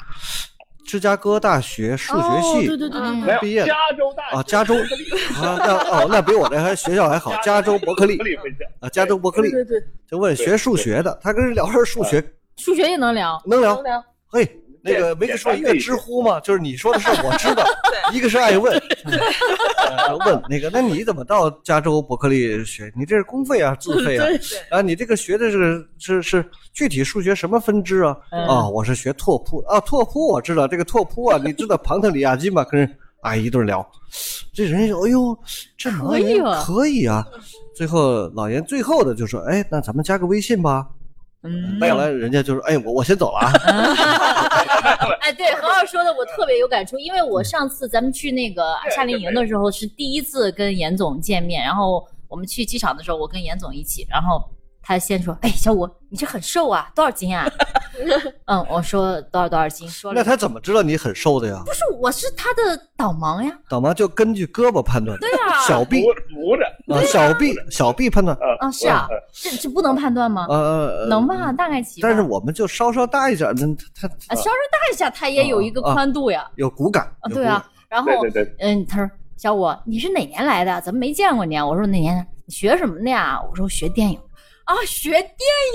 Speaker 1: 芝加哥大学数学
Speaker 3: 哦
Speaker 1: 系，
Speaker 3: 对对对对
Speaker 5: 嗯
Speaker 4: 没
Speaker 3: 对，
Speaker 4: 有
Speaker 1: 毕业了
Speaker 4: 加州大学
Speaker 1: 啊， 加州啊，那哦，那比我这还学校还好，加州伯克利
Speaker 4: 分校
Speaker 1: 啊，加州伯克利
Speaker 3: 对对对，
Speaker 1: 就问学数学的，他跟人聊着数学，
Speaker 5: 数学也能聊，
Speaker 1: 能聊
Speaker 6: 能聊。
Speaker 1: 嘿，那个
Speaker 4: 对
Speaker 1: 没跟说一
Speaker 4: 简单
Speaker 1: 个
Speaker 4: 的一
Speaker 1: 知
Speaker 4: 些
Speaker 1: 乎嘛，就是你说的是我知道，一个是爱问，呃问那个，那你怎么到加州伯克利学？你这是公费啊，自费啊？啊，你这个学的这个是是具体数学什么分支啊？
Speaker 5: 嗯
Speaker 1: 啊，我是学拓扑啊，拓扑我知道这个拓扑啊，你知道庞特里亚金吗？跟人啊一顿聊，这人说哎呦，这盲
Speaker 5: 可以
Speaker 1: 人
Speaker 5: 啊
Speaker 1: 可以啊。最后老严最后的就说，哎，那咱们加个微信吧。
Speaker 6: 嗯，
Speaker 1: 后来人家就说，哎，我我先走了啊。
Speaker 5: 哎，对，何老师说的我特别有感触，因为我上次咱们去那个夏令营的时候是第一次跟严总见面，然后我们去机场的时候，我跟严总一起，然后他先说：“哎，小五，你这很瘦啊，多少斤啊？” 嗯，我说多少多少斤，说了
Speaker 1: 那他怎么知道你很瘦的呀？
Speaker 5: 不是我是他的导盲呀，
Speaker 1: 导盲就根据胳膊判断的，
Speaker 5: 对啊，
Speaker 1: 小臂
Speaker 4: 扶扶着
Speaker 1: 啊，小臂小臂判断，
Speaker 5: 啊是啊，这这不能判断吗？
Speaker 1: 呃呃，呃
Speaker 5: 能吧，？大概齐吧。
Speaker 1: 但是我们就稍稍大一点，那他
Speaker 5: 啊，
Speaker 1: 他
Speaker 5: 稍稍大一下，它也有一个
Speaker 1: 啊啊
Speaker 5: 宽度呀。
Speaker 1: 有骨感
Speaker 5: 啊，，对啊，然后
Speaker 4: 对对 对
Speaker 5: 嗯，他说小五，你是哪年来的？怎么没见过你啊？我说哪年？你学什么的呀？我说学电影啊，学电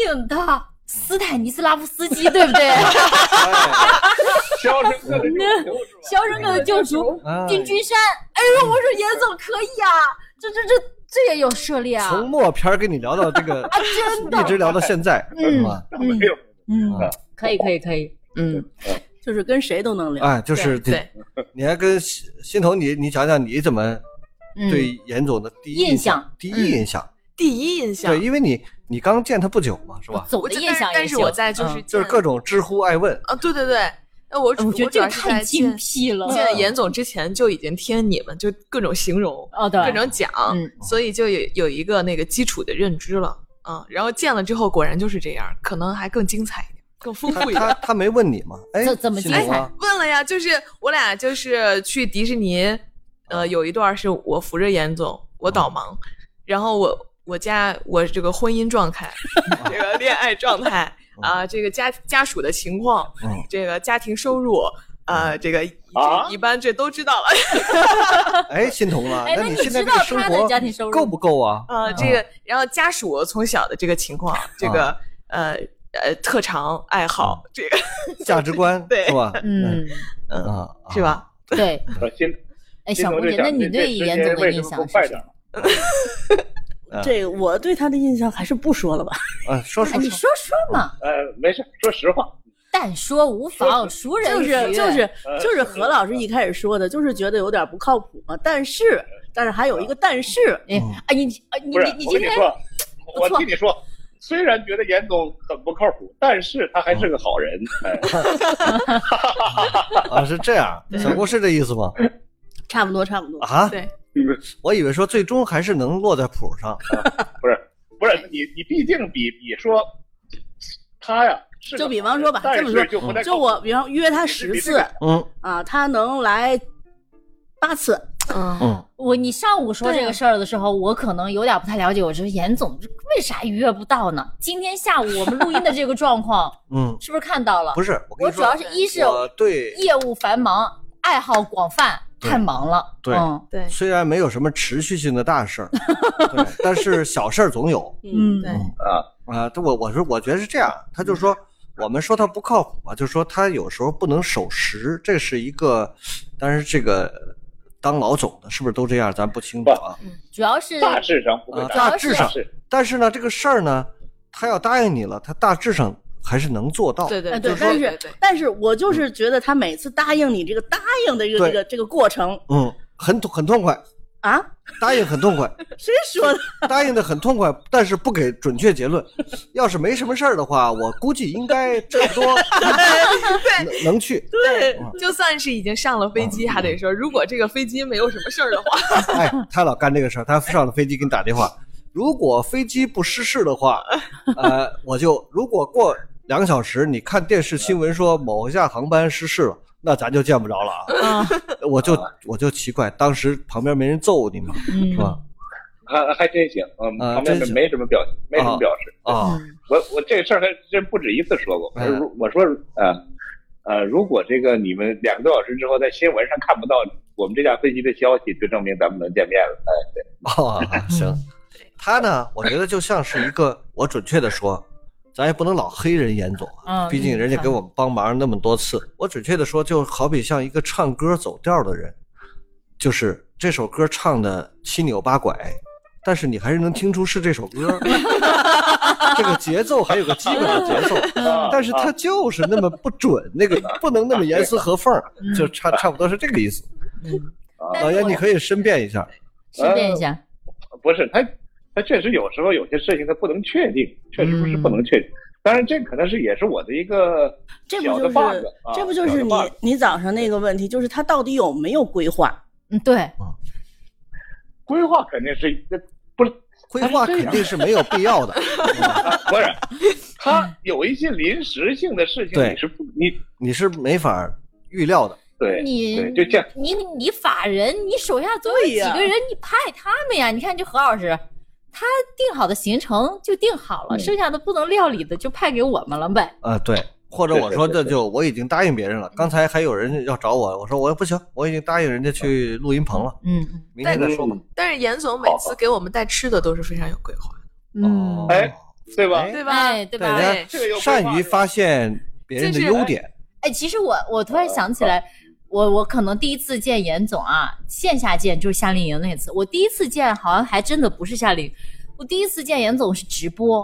Speaker 5: 影的斯坦尼斯拉夫斯基，对不对？
Speaker 4: 消失的那种
Speaker 5: 《肖申克的救赎》
Speaker 1: 有骨感。
Speaker 5: 定军山，哎呦，我说严总可以啊，这这这这也有涉猎
Speaker 1: 哎
Speaker 5: 啊，哎
Speaker 1: 从默片儿跟你聊到这 个， 一直聊到现在，
Speaker 5: 嗯
Speaker 1: 是吧？
Speaker 5: 嗯
Speaker 4: 没有
Speaker 5: 嗯
Speaker 1: 啊，
Speaker 5: 可以可以可以，嗯，
Speaker 3: 就是跟谁都能聊。
Speaker 1: 哎，就是
Speaker 6: 对对，
Speaker 1: 你还跟心心头你你讲讲你怎么
Speaker 5: 嗯
Speaker 1: 对严总的第一
Speaker 5: 印
Speaker 1: 象
Speaker 5: 象，嗯
Speaker 1: 第一印象，
Speaker 6: 第一印象
Speaker 1: 对，，因为你你刚见他不久嘛，是吧？
Speaker 5: 走
Speaker 6: 我
Speaker 5: 的
Speaker 6: 就
Speaker 5: 印象
Speaker 6: 但
Speaker 5: 也
Speaker 6: 是
Speaker 5: 行，
Speaker 6: 我在就是
Speaker 5: 嗯
Speaker 1: 就是
Speaker 6: 见
Speaker 1: 各种知乎爱问，
Speaker 6: 啊，对对对，那我
Speaker 5: 呃我
Speaker 6: 我
Speaker 5: 觉得
Speaker 6: 主
Speaker 5: 这
Speaker 6: 要
Speaker 5: 个
Speaker 6: 是
Speaker 5: 太
Speaker 6: 在
Speaker 5: 精
Speaker 6: 见
Speaker 5: 辟了，
Speaker 6: 见严总之前就已经听你们就各种形容，
Speaker 5: 哦对，
Speaker 6: 各种讲，
Speaker 5: 嗯
Speaker 6: 所以就有有一个那个基础的认知了啊、然后见了之后，果然就是这样，可能还更精彩一点，更丰富一
Speaker 1: 他
Speaker 6: 点。
Speaker 1: 他没问你吗？哎，
Speaker 5: 这怎么
Speaker 1: 心
Speaker 5: 精
Speaker 1: 头啊
Speaker 6: 问了呀，就是我俩就是去迪士尼，呃，有一段是我扶着严总，我导盲，然后我我家我这个婚姻状态， 这个恋爱状态 啊、这个家家属的情况，
Speaker 1: 嗯
Speaker 6: 这个家庭收入。呃，这个一
Speaker 4: 啊
Speaker 6: 一般这都知道了，
Speaker 1: 哎，心疼了。
Speaker 5: 哎
Speaker 1: 那
Speaker 5: 那你
Speaker 1: 现在这
Speaker 5: 知
Speaker 1: 个
Speaker 5: 道
Speaker 1: 生
Speaker 5: 他的
Speaker 1: 活
Speaker 5: 家庭嗯收入
Speaker 1: 够不够 啊？
Speaker 6: 呃，这个，然后家属从小的这个情况，这个呃呃特长爱好，这个
Speaker 1: 价值 观
Speaker 6: 对
Speaker 1: 是吧？
Speaker 5: 嗯，
Speaker 1: 啊，啊
Speaker 6: 是？吧？
Speaker 5: 对，
Speaker 4: 呃心
Speaker 5: 哎，
Speaker 4: 心
Speaker 5: 小
Speaker 4: 头
Speaker 5: 姑
Speaker 4: 就
Speaker 5: 姐，那
Speaker 4: 想
Speaker 5: 你
Speaker 4: 这这
Speaker 5: 对
Speaker 4: 时
Speaker 5: 严
Speaker 4: 间
Speaker 5: 总的
Speaker 4: 为什
Speaker 5: 印
Speaker 4: 么
Speaker 5: 象
Speaker 4: 不
Speaker 5: 是
Speaker 4: 快
Speaker 5: 什
Speaker 4: 点
Speaker 5: 么
Speaker 4: 儿？
Speaker 3: 这个我对他的印象还是不说了吧。
Speaker 1: 啊，说
Speaker 5: 哎，
Speaker 1: 说
Speaker 5: 你
Speaker 1: 说，
Speaker 5: 说说嘛，
Speaker 4: 呃，没事，说实话，
Speaker 5: 但说无妨，熟人
Speaker 3: 就是
Speaker 5: 局
Speaker 3: 就是
Speaker 1: 嗯
Speaker 4: 呃
Speaker 3: 就是何老师一开始说的，就是觉得有点不靠谱嘛。但是
Speaker 1: 嗯
Speaker 3: 但是还有一个但是，
Speaker 5: 哎啊，你啊你
Speaker 4: 不是
Speaker 5: 你，你
Speaker 4: 我
Speaker 5: 今
Speaker 4: 跟你
Speaker 5: 天
Speaker 4: 说，我
Speaker 5: 错
Speaker 4: 替你说，虽然觉得严总很不靠谱，但是他还是个好人。哎，
Speaker 1: 啊，是这样，小郭是这意思吗？
Speaker 3: 差不多差不多。
Speaker 1: 啊，
Speaker 6: 对，
Speaker 1: 我以为说最终还是能落在谱上。
Speaker 4: 不是，不是你，你毕竟比比说他呀，是
Speaker 3: 就
Speaker 4: 个
Speaker 3: 比
Speaker 4: 好
Speaker 3: 方说吧，
Speaker 4: 但
Speaker 3: 这么
Speaker 4: 是
Speaker 3: 说，
Speaker 4: 就不太
Speaker 3: 就我比方约他十次
Speaker 1: 嗯
Speaker 3: 啊，他能来八次，
Speaker 6: 嗯，
Speaker 1: 嗯，
Speaker 5: 我你上午说
Speaker 3: 对啊
Speaker 5: 这个事儿的时候，我可能有点不太了解。我说严总这为啥约不到呢？今天下午我们录音的这个状况
Speaker 1: 嗯，
Speaker 5: 是不是看到了？
Speaker 1: 不
Speaker 5: 是，
Speaker 1: 是，我跟
Speaker 5: 我
Speaker 1: 你
Speaker 5: 主
Speaker 1: 说
Speaker 5: 要，是一是
Speaker 1: 我对
Speaker 5: 业务繁忙，爱好广泛，
Speaker 1: 对
Speaker 5: 太忙了。
Speaker 1: 对
Speaker 5: 嗯
Speaker 6: 对，
Speaker 1: 虽然没有什么持续性的大 事儿，对但是小事儿总有
Speaker 5: 嗯，
Speaker 6: 对，
Speaker 4: 啊，
Speaker 1: 啊。这我我是我觉得是这样，他就说我们说他不靠谱啊，就说他有时候不能守时，这是一个，但是这个当老总的是不是都这样，咱不清楚啊。
Speaker 5: 主要是
Speaker 4: 大致上不会
Speaker 1: 啊，
Speaker 4: 打
Speaker 5: 要
Speaker 1: 大致上，
Speaker 4: 是
Speaker 1: 但是呢，这个事儿呢，他要答应你了，他大致上还是能做到。
Speaker 6: 对对
Speaker 3: 哎
Speaker 6: 嗯对
Speaker 3: 对，，
Speaker 6: 但
Speaker 3: 但
Speaker 6: 是
Speaker 3: 是但是我就是觉得他每次答应你这个答应的这个
Speaker 1: 嗯对
Speaker 3: 这个这个过程
Speaker 1: 嗯，很很痛快，
Speaker 3: 啊，
Speaker 1: 答应很痛快，
Speaker 3: 谁说的？
Speaker 1: 答应的很痛快，但是不给准确结论。要是没什么事儿的话，我估计应该差不多能能去。
Speaker 6: 对，就算是已经上了飞机，还得说，如果这个飞机没有什么事儿的话，
Speaker 1: 哎，他老干这个事儿，他上了飞机给你打电话。如果飞机不失事的话，呃，我就如果过两个小时，你看电视新闻说某一架航班失事了，那咱就见不着了啊。
Speaker 5: 嗯
Speaker 1: 我就我就奇怪，当时旁边没人揍你吗？是吧？
Speaker 4: 还还真行，嗯，
Speaker 1: 啊
Speaker 4: 旁边
Speaker 1: 真行
Speaker 4: 没什么表，没什么
Speaker 1: 啊
Speaker 4: 表示。
Speaker 1: 啊，
Speaker 4: 我我这事儿还真不止一次说过，我
Speaker 1: 嗯
Speaker 4: 说我说呃呃，如果这个你们两个多小时之后在新闻上看不到我们这架飞机的消息，就证明咱们能见面了。哎，对，
Speaker 1: 哦，行。他呢，我觉得就像是一个，我准确的说，咱也不能老黑人严总啊，
Speaker 5: 嗯
Speaker 1: 毕竟人家给我们帮忙那么多次。我准确的说，就好比像一个唱歌走调的人，就是这首歌唱的七扭八拐，但是你还是能听出是这首歌， 这个节奏还有个基本的节奏，
Speaker 4: 啊
Speaker 1: 但是他就是那么不准，那个不能那么严丝合缝儿，就差差不多是这个意思。
Speaker 5: 嗯
Speaker 4: 啊
Speaker 5: 但
Speaker 1: 老
Speaker 5: 是
Speaker 1: 严，
Speaker 5: 我
Speaker 1: 你可以申辩一下，
Speaker 5: 申辩一下，
Speaker 4: 不是他，他确实有时候有些事情他不能确定，确实不是不能
Speaker 1: 嗯
Speaker 4: 确定。当然，这可能是也是我的一个
Speaker 3: 这不
Speaker 4: 小的
Speaker 3: 就
Speaker 4: bug，
Speaker 3: 是
Speaker 4: 啊
Speaker 3: 这不就
Speaker 4: 小
Speaker 3: 是
Speaker 4: 的
Speaker 3: 你
Speaker 4: bug
Speaker 3: 你早上那个问题，就是他到底有没有规划？
Speaker 5: 嗯，对，
Speaker 4: 规划肯定是那不是
Speaker 1: 规划肯定是没有必要的。嗯
Speaker 4: 啊不是，他有一些临时性的事情
Speaker 1: 对
Speaker 4: 你是不你
Speaker 1: 你是没法预料的。
Speaker 4: 对
Speaker 5: 你
Speaker 4: 对就这样。
Speaker 5: 你你法人，你手下总有
Speaker 3: 对
Speaker 5: 几
Speaker 3: 呀
Speaker 5: 个人，你派他们呀？你看这何老师，他定好的行程就定好了，
Speaker 4: 嗯
Speaker 5: 剩下的不能料理的就派给我们了呗。
Speaker 1: 啊，对，或者我说
Speaker 4: 对对
Speaker 1: 这
Speaker 4: 对嗯
Speaker 1: 就我已经答应别人了，刚才还有人要找我，我说我不行，我已经答应人家去录音棚了，
Speaker 5: 嗯
Speaker 1: 明天再说吧。
Speaker 6: 但是严总每次给我们带吃的都是非常有规划，
Speaker 1: 哦
Speaker 4: 哎，对吧？
Speaker 6: 对吧？
Speaker 5: 嗯哎，对吧？
Speaker 1: 对，
Speaker 4: 这个有规划
Speaker 1: 善于发现别人的优点，
Speaker 5: 哎，其实我我突然想起来，我我可能第一次见严总啊，线下见就是夏令营那次。我第一次见好像还真的不是夏令营，我第一次见严总是直播，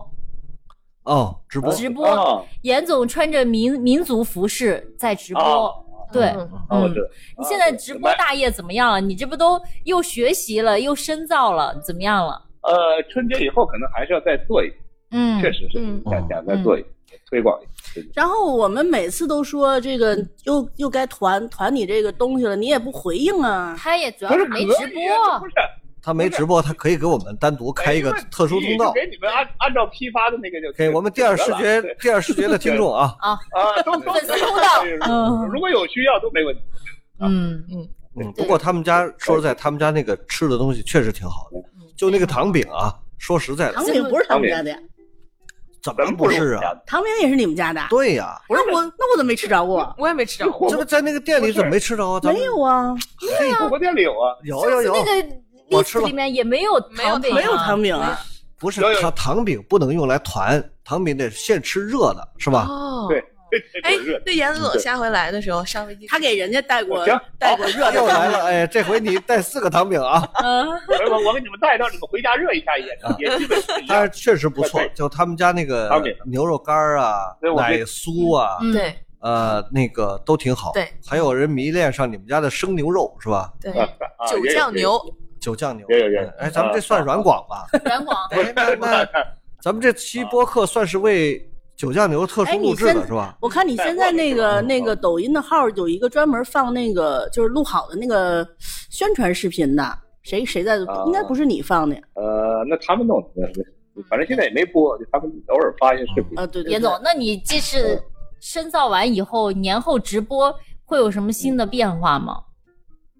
Speaker 1: 哦，直播
Speaker 5: 直播，
Speaker 4: 啊
Speaker 5: 严总穿着民民族服饰在直播，
Speaker 4: 哦
Speaker 5: 对。
Speaker 6: 嗯
Speaker 4: 哦，
Speaker 5: 嗯
Speaker 4: 对，
Speaker 5: 你
Speaker 4: 啊
Speaker 5: 现在
Speaker 4: 对
Speaker 5: 直播大业怎么样了？你这不都又学习了，又深造了，怎么样了？
Speaker 4: 呃，春节以后可能还是要再做一次，
Speaker 5: 嗯，
Speaker 4: 确实是
Speaker 6: 嗯
Speaker 4: 想想再做一次，推广一次。对对
Speaker 3: 然后我们每次都说这个又又该团团你这个东西了，你也不回应啊。
Speaker 5: 他也主要
Speaker 4: 不是
Speaker 5: 是没
Speaker 4: 可以
Speaker 5: 直
Speaker 4: 啊这
Speaker 5: 播
Speaker 4: 不，是
Speaker 1: 他没直播，他可以给我们单独开一个特殊通道
Speaker 4: 给，哎你们按按照批发的那个就
Speaker 1: 给我们第二视觉
Speaker 4: 对
Speaker 1: 第二视觉的听众啊，
Speaker 4: 啊，都都
Speaker 5: 粉丝通道
Speaker 4: 对
Speaker 5: 嗯
Speaker 4: 如果有需要都没问题。
Speaker 5: 嗯，
Speaker 1: 嗯，
Speaker 5: 对
Speaker 1: 不过他们家说实在，他们家那个吃的东西确实挺好的，就那个糖饼啊，说实在的
Speaker 3: 唐，饼不是他们
Speaker 4: 唐饼
Speaker 3: 家的呀，
Speaker 1: 怎
Speaker 4: 咱
Speaker 1: 么
Speaker 4: 们
Speaker 1: 不
Speaker 4: 是
Speaker 1: 是
Speaker 4: 我们家
Speaker 1: 啊？
Speaker 4: 的
Speaker 3: 唐饼也是你们家的啊。
Speaker 1: 对呀、
Speaker 3: 那我那我怎么没吃着过？
Speaker 6: 我也没吃着过。
Speaker 1: 这不在那个店里怎么没吃着啊？咱们
Speaker 3: 没有啊，
Speaker 4: 火锅店里有啊，
Speaker 1: 有有有，
Speaker 5: 那个
Speaker 1: 我
Speaker 5: 历
Speaker 1: 吃
Speaker 5: 史
Speaker 1: 了
Speaker 5: 里面也没有
Speaker 6: 没有
Speaker 5: 糖饼、啊，
Speaker 3: 没有糖饼啊。
Speaker 1: 不是
Speaker 4: 有有
Speaker 1: 糖糖饼不能用来团，糖饼得现吃热的，是
Speaker 4: 啊
Speaker 1: 吧？
Speaker 6: 哦，
Speaker 4: 对
Speaker 6: 哎
Speaker 4: 这个热，
Speaker 6: 那严总下回来的时候，上飞机
Speaker 3: 他给人家带过
Speaker 4: 行
Speaker 3: 带过热
Speaker 1: 又
Speaker 3: 的，
Speaker 1: 来了，哎，这回你带四个糖饼 啊！
Speaker 5: 嗯
Speaker 4: 我我给你们带到，你们回家热一下也也基本是一
Speaker 1: 但
Speaker 4: 样
Speaker 1: 是。确实不错
Speaker 4: 对，
Speaker 1: 就他们家那个
Speaker 4: 糖饼
Speaker 1: 牛肉干儿啊
Speaker 4: 对、我
Speaker 1: 奶
Speaker 4: 这
Speaker 1: 酥啊，
Speaker 5: 嗯
Speaker 6: 对
Speaker 1: 呃，那个都挺好。
Speaker 6: 对，
Speaker 1: 还有人迷恋上你们家的生牛肉是吧？
Speaker 6: 对，
Speaker 4: 啊
Speaker 6: 九嗯酱，牛，
Speaker 1: 九酱牛。
Speaker 4: 有有啊有
Speaker 1: 哎，咱们这算软广 吧？
Speaker 5: 软广，
Speaker 1: 哎，那那咱们这期播客算是为九酱牛特殊
Speaker 3: 哎你
Speaker 1: 录制的
Speaker 3: 先
Speaker 1: 是吧？
Speaker 3: 我看你现在那个那个抖音的号有一个专门放那个就是录好的那个
Speaker 4: 啊
Speaker 3: 宣传视频的，谁谁在？应该不是你放的呀，
Speaker 4: 也有呃，那他们弄的，反正现在也没播，就他们偶尔发一些视频。
Speaker 5: 嗯
Speaker 3: 啊，对对，对
Speaker 5: 严总，那你这是深造完以后，年后直播会有什么新的变化吗？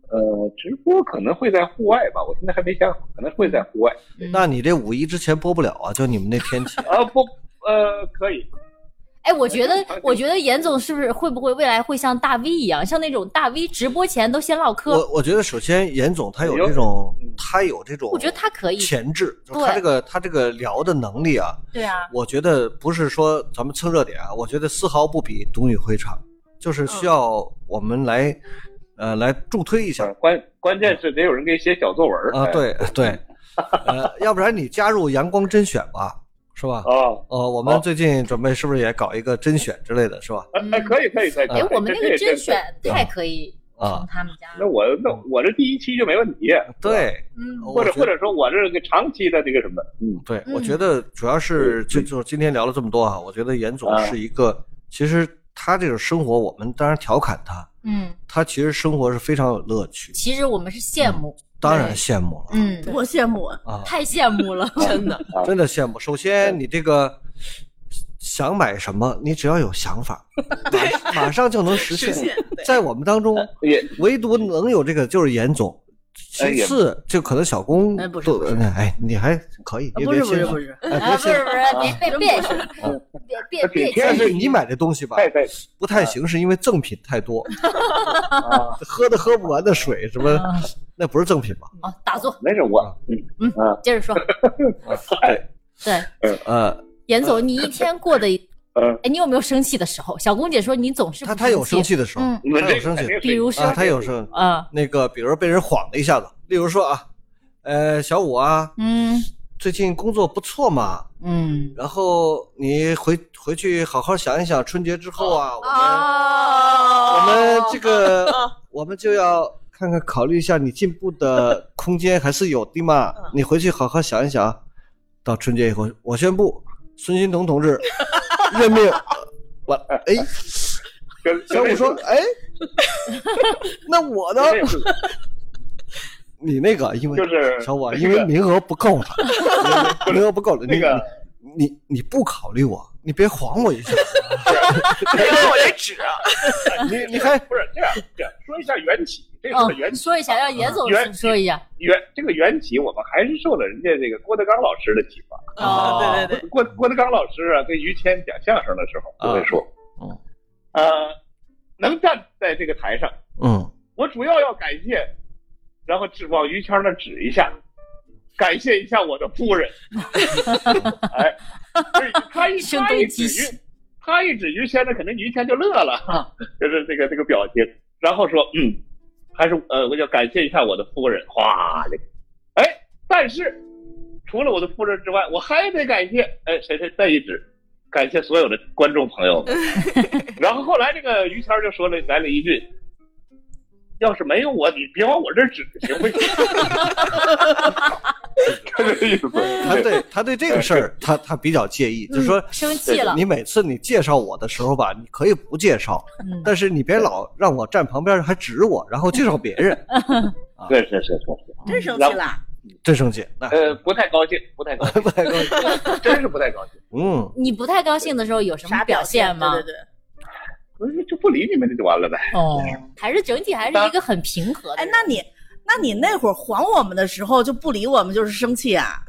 Speaker 4: 呃，直播可能会在户外吧，我现在还没想好，可能会在户外。，
Speaker 3: 嗯
Speaker 1: 那你这五一之前播不了啊？就你们那天气
Speaker 4: 啊不，呃，可以，
Speaker 5: 哎，我觉得
Speaker 4: 而且，
Speaker 5: 我觉得严总是不是会不会未来会像大 V 一样，像那种大 V 直播前都先唠嗑？
Speaker 1: 我
Speaker 5: 我
Speaker 1: 我觉得首先严总他有
Speaker 4: 有
Speaker 1: 这种
Speaker 4: 嗯，
Speaker 1: 他有这种，
Speaker 5: 觉得他可以，
Speaker 1: 潜质，就他
Speaker 5: 对
Speaker 1: 这个他这个聊的能力啊，
Speaker 5: 对啊，
Speaker 1: 我觉得不是说咱们蹭热点啊，我觉得丝毫不比独女会差，就是
Speaker 5: 嗯
Speaker 1: 需要我们来，呃，来助推一下
Speaker 4: 呃关关键是得有人给你写小作文儿
Speaker 1: 啊，
Speaker 4: 哎
Speaker 1: 对 对，呃，要不然你加入阳光甄选吧，是吧？
Speaker 4: 哦，
Speaker 1: 呃，我们
Speaker 4: 好
Speaker 1: 最近准备是不是也搞一个甄选之类的，是吧？
Speaker 4: 哎哎，可以可以可以。可以
Speaker 5: 哎，我们
Speaker 4: 这
Speaker 5: 那
Speaker 4: 这
Speaker 5: 个
Speaker 4: 也
Speaker 5: 甄
Speaker 4: 真
Speaker 5: 选
Speaker 4: 是
Speaker 5: 太可以
Speaker 1: 啊
Speaker 5: 上他们家
Speaker 4: 那
Speaker 5: 了，
Speaker 4: 我那我这第一期就没问题，
Speaker 1: 嗯
Speaker 4: 啊
Speaker 1: 对，
Speaker 5: 嗯，
Speaker 1: 我
Speaker 4: 或者
Speaker 1: 觉
Speaker 4: 或
Speaker 1: 得
Speaker 4: 者说我这个长期的这个什么，嗯，
Speaker 1: 对，
Speaker 5: 嗯
Speaker 1: 我觉得主要是就就是今天聊了这么多啊，我觉得严总
Speaker 4: 啊
Speaker 1: 是一个，其实他这种生活，我们当然调侃他，
Speaker 5: 嗯，
Speaker 1: 他其实生活是非常有乐趣，
Speaker 5: 其实我们是羡慕，
Speaker 1: 当然羡慕了，
Speaker 5: 嗯，
Speaker 3: 多羡慕啊！
Speaker 1: 啊，
Speaker 5: 太羡慕了，
Speaker 6: 真的，
Speaker 1: 真的羡慕。首先，你这个想买什么，你只要有想 法，马马上就能实
Speaker 6: 实现
Speaker 1: 现。在我们当中，
Speaker 4: 也
Speaker 1: 唯独能有这个就是严总。
Speaker 4: 嗯哎
Speaker 1: 其
Speaker 4: 也
Speaker 1: 次，就可能小工
Speaker 3: 哎不是
Speaker 1: 都
Speaker 3: 不是
Speaker 1: 哎，你还可以，
Speaker 3: 啊
Speaker 1: 也
Speaker 3: 不是
Speaker 1: 年
Speaker 3: 不
Speaker 1: 轻
Speaker 3: 是
Speaker 1: 啊
Speaker 3: 不是，
Speaker 1: 哎
Speaker 5: 啊，
Speaker 1: 别
Speaker 5: 不是
Speaker 1: 信
Speaker 5: 不是，别别别别别别
Speaker 1: 但
Speaker 5: 别，
Speaker 1: 是你买的东西吧，
Speaker 4: 太太
Speaker 1: 不太行，是因为赠品太多，
Speaker 4: 啊，
Speaker 1: 喝的喝不完的水什么，
Speaker 5: 嗯
Speaker 1: 那不是赠品吧？
Speaker 5: 哦，打坐，
Speaker 4: 没事， 我嗯
Speaker 5: 接着说，
Speaker 4: 哎
Speaker 5: 对，
Speaker 1: 呃，
Speaker 5: 严总，你一天过得，
Speaker 4: 嗯，
Speaker 5: 哎，你有没有生气的时候？小公姐说你总是不
Speaker 1: 他他有生
Speaker 5: 生气，
Speaker 1: 气的时候，
Speaker 5: 嗯
Speaker 4: 你们
Speaker 1: 他
Speaker 4: 这
Speaker 1: 有生气
Speaker 4: 肯定是
Speaker 5: 比如说
Speaker 1: 啊，他有时候
Speaker 5: 啊，
Speaker 1: 那个，比如被人晃了一下子，例如说啊，呃，小五啊，
Speaker 5: 嗯
Speaker 1: 最近工作不错嘛，
Speaker 5: 嗯，
Speaker 1: 然后你回回去好好想一想，春节之后啊，我们我
Speaker 3: 哦，
Speaker 1: 们这
Speaker 4: 哦
Speaker 1: 个我们就要看看考虑一下，你进步的空间还是有的嘛，
Speaker 4: 嗯
Speaker 1: 你回去好好想一想啊。到春节以后，我宣布，孙新彤 同志任命。我哎，
Speaker 4: 跟
Speaker 1: 小五 说，哎，那我呢
Speaker 4: 跟？那个是
Speaker 1: 你那个因为
Speaker 4: 就是
Speaker 1: 小五啊，
Speaker 4: 那
Speaker 1: 因为
Speaker 4: 个
Speaker 1: 名额不够 了，名额不够了。
Speaker 4: 那个
Speaker 1: 你你你不考虑我，你别晃我一下，
Speaker 6: 别
Speaker 5: 哎
Speaker 6: 看我这 纸啊，
Speaker 1: 你你还
Speaker 4: 不是这样这样说一下缘起，这个是缘
Speaker 5: 嗯，
Speaker 4: 起
Speaker 5: 说一下，让严总
Speaker 4: 缘
Speaker 5: 说一下，
Speaker 4: 缘这个缘起，我们还是受了人家这个郭德纲老师的启发。
Speaker 6: 哦，
Speaker 4: 呃
Speaker 6: 对对对，
Speaker 4: 啊郭郭德纲老师啊，跟于谦讲相声的时候就会说，
Speaker 1: 嗯
Speaker 4: 呃，能站在这个台上，
Speaker 1: 嗯
Speaker 4: 我主要要感谢，然后指往于谦那儿指一下，感谢一下我的夫人。哎，就是他一
Speaker 5: 声
Speaker 4: 他一
Speaker 5: 东
Speaker 4: 指
Speaker 5: 击西
Speaker 4: 于他一指于谦，那肯定于谦就乐了，哈，就是这个这个表情，然后说嗯，还是呃，我要感谢一下我的夫人，哗这个，哎，但是除了我的夫人之外，我还得感谢哎谁谁再一指。感谢所有的观众朋友们，然后后来这个于谦就说了来了一句：“要是没有我，你别往我这儿指，行不行？” 就这意思。
Speaker 1: 他对他对这个事儿，他他比较介意，就是说
Speaker 5: 生气了，
Speaker 1: 你每次你介绍我的时候吧，你可以不介绍，
Speaker 5: 嗯
Speaker 1: 但是你别老让我站旁边还指我，然后介绍别 人，
Speaker 4: 是是是是是，
Speaker 3: 真生气了，
Speaker 1: 真生气。那
Speaker 4: 呃，不太高兴，不太高兴，
Speaker 1: 不太高兴
Speaker 4: 真是不太高兴，
Speaker 1: 嗯，
Speaker 5: 你不太高兴的时候有什么
Speaker 3: 啥表
Speaker 5: 现吗？
Speaker 3: 对对对。
Speaker 4: 我说就不理你们这就完了呗。
Speaker 5: 哦，还是整体还是一个很平和的
Speaker 3: 哎
Speaker 5: 人。，
Speaker 3: 那你那你那会儿晃我们的时候就不理我们，就是生气啊？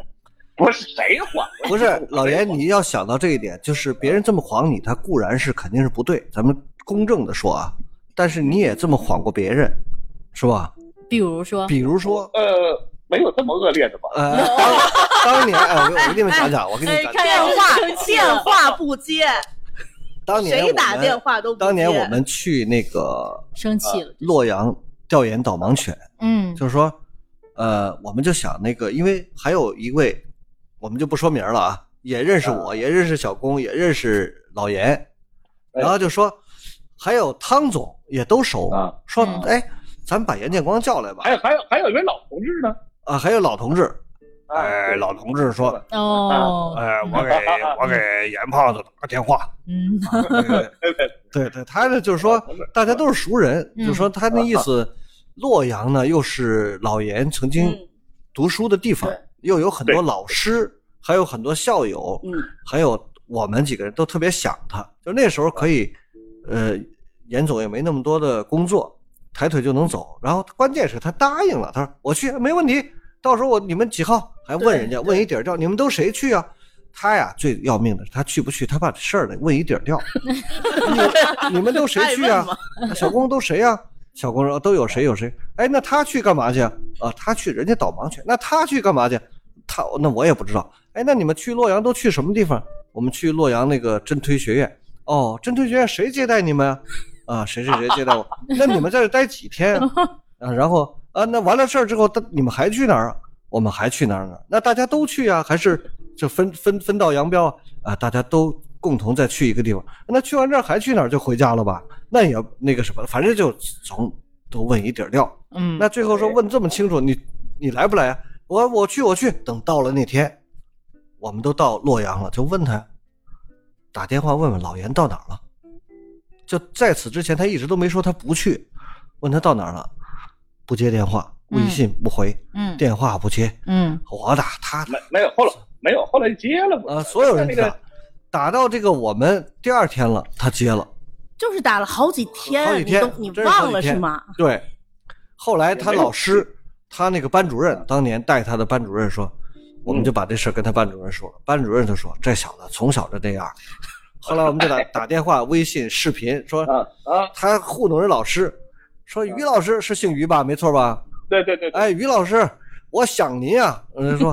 Speaker 4: 不是谁晃的，
Speaker 1: 不是老严，你要想到这一点，就是别人这么晃你，他固然是肯定是不对，咱们公正的说啊，但是你也这么晃过别人，是吧？
Speaker 5: 比如说，
Speaker 1: 比如说，
Speaker 4: 呃，没有这么恶劣的吧？
Speaker 1: 呃，当 当年，哎，我给我给你们讲讲，我给你们讲讲，
Speaker 5: 哎
Speaker 3: 电话
Speaker 5: 生气
Speaker 3: 电
Speaker 5: 了
Speaker 3: 话不接，
Speaker 1: 当年
Speaker 3: 谁
Speaker 1: 我
Speaker 3: 打
Speaker 1: 们
Speaker 3: 电话都不接。
Speaker 1: 当年我
Speaker 5: 嗯
Speaker 1: 们去那个
Speaker 5: 生气了，
Speaker 1: 洛阳调研导盲犬，
Speaker 5: 嗯
Speaker 1: 就是说，呃，我们就想那个，因为还有一位，我们就不说名了啊，也认识我，也认识小工，也认识老严，然后就说，还有汤总也都熟
Speaker 4: 啊，哎
Speaker 1: 说
Speaker 5: 嗯
Speaker 1: 哎，咱们把严建光叫来吧
Speaker 4: 还，有还有还有一位老同志呢，
Speaker 1: 啊，还有老同志，
Speaker 4: 啊
Speaker 1: 哎，老同志说，
Speaker 5: 哦，
Speaker 1: 哎，我给我给严胖子打个电话，
Speaker 5: 嗯
Speaker 4: 哎
Speaker 1: 对 对对，他呢就是说大家都是熟人，
Speaker 5: 嗯
Speaker 1: 就说他那意思，洛阳呢又是老严曾经
Speaker 3: 嗯
Speaker 1: 读书的地方，又有很多老师还有很多校友，
Speaker 3: 嗯，
Speaker 1: 还有我们几个人都特别想他。就那时候可以，呃，严总也没那么多的工作，抬腿就能走。然后关键是他答应了，他说我去没问题，到时候我你们几号还问人家问一底儿掉，你们都谁去啊？他呀，最要命的是他去不去，他把事儿得问一底儿掉。你你们都谁去 啊？小工都谁呀、小工说都有谁有谁。哎，那他去干嘛去啊？啊，他去人家导盲去。那他去干嘛去？他那我也不知道。哎，那你们去洛阳都去什么地方？我们去洛阳那个真推学院。哦，真推学院谁接待你们啊？啊，谁谁谁接待我？那你们在这待几天啊？啊，然后啊，那完了事儿之后，他你们还去哪儿啊？我们还去哪儿呢？那大家都去啊，还是就分分分道扬镳啊？啊，大家都共同再去一个地方。那去完这儿还去哪儿就回家了吧？那也那个什么，反正就从都问一底儿料。
Speaker 5: 嗯，
Speaker 1: 那最后说问这么清楚，你你来不来啊？我我去我去。等到了那天，我们都到洛阳了，就问他，打电话问问老严到哪儿了。就在此之前，他一直都没说他不去，问他到哪儿了，不接电话，微信不回，
Speaker 5: 嗯
Speaker 1: 电话不接。
Speaker 5: 嗯
Speaker 1: 我打他
Speaker 4: 没没有，后来没有，后来接了不是
Speaker 1: 啊，所有人
Speaker 4: 那
Speaker 1: 打，
Speaker 4: 个
Speaker 1: 打到这个我们第二天了，他接了。
Speaker 3: 就是打了好几天，
Speaker 1: 好几天
Speaker 3: 你都你
Speaker 1: 真是好几
Speaker 3: 忘了
Speaker 1: 天
Speaker 3: 是吗？
Speaker 1: 对，后来他
Speaker 4: 也没有
Speaker 1: 老师，他那个班主任当年带他的班主任说，我们
Speaker 4: 嗯
Speaker 1: 就把这事儿跟他班主任说了。班主任就说这小子从小就这样。后来我们就打 打电话、微信、视频说
Speaker 4: 啊啊，
Speaker 1: 他糊弄人老师，说于老师是姓于吧？没错吧？
Speaker 4: 对对对， 对
Speaker 1: 哎，于老师，我想您啊。人家说，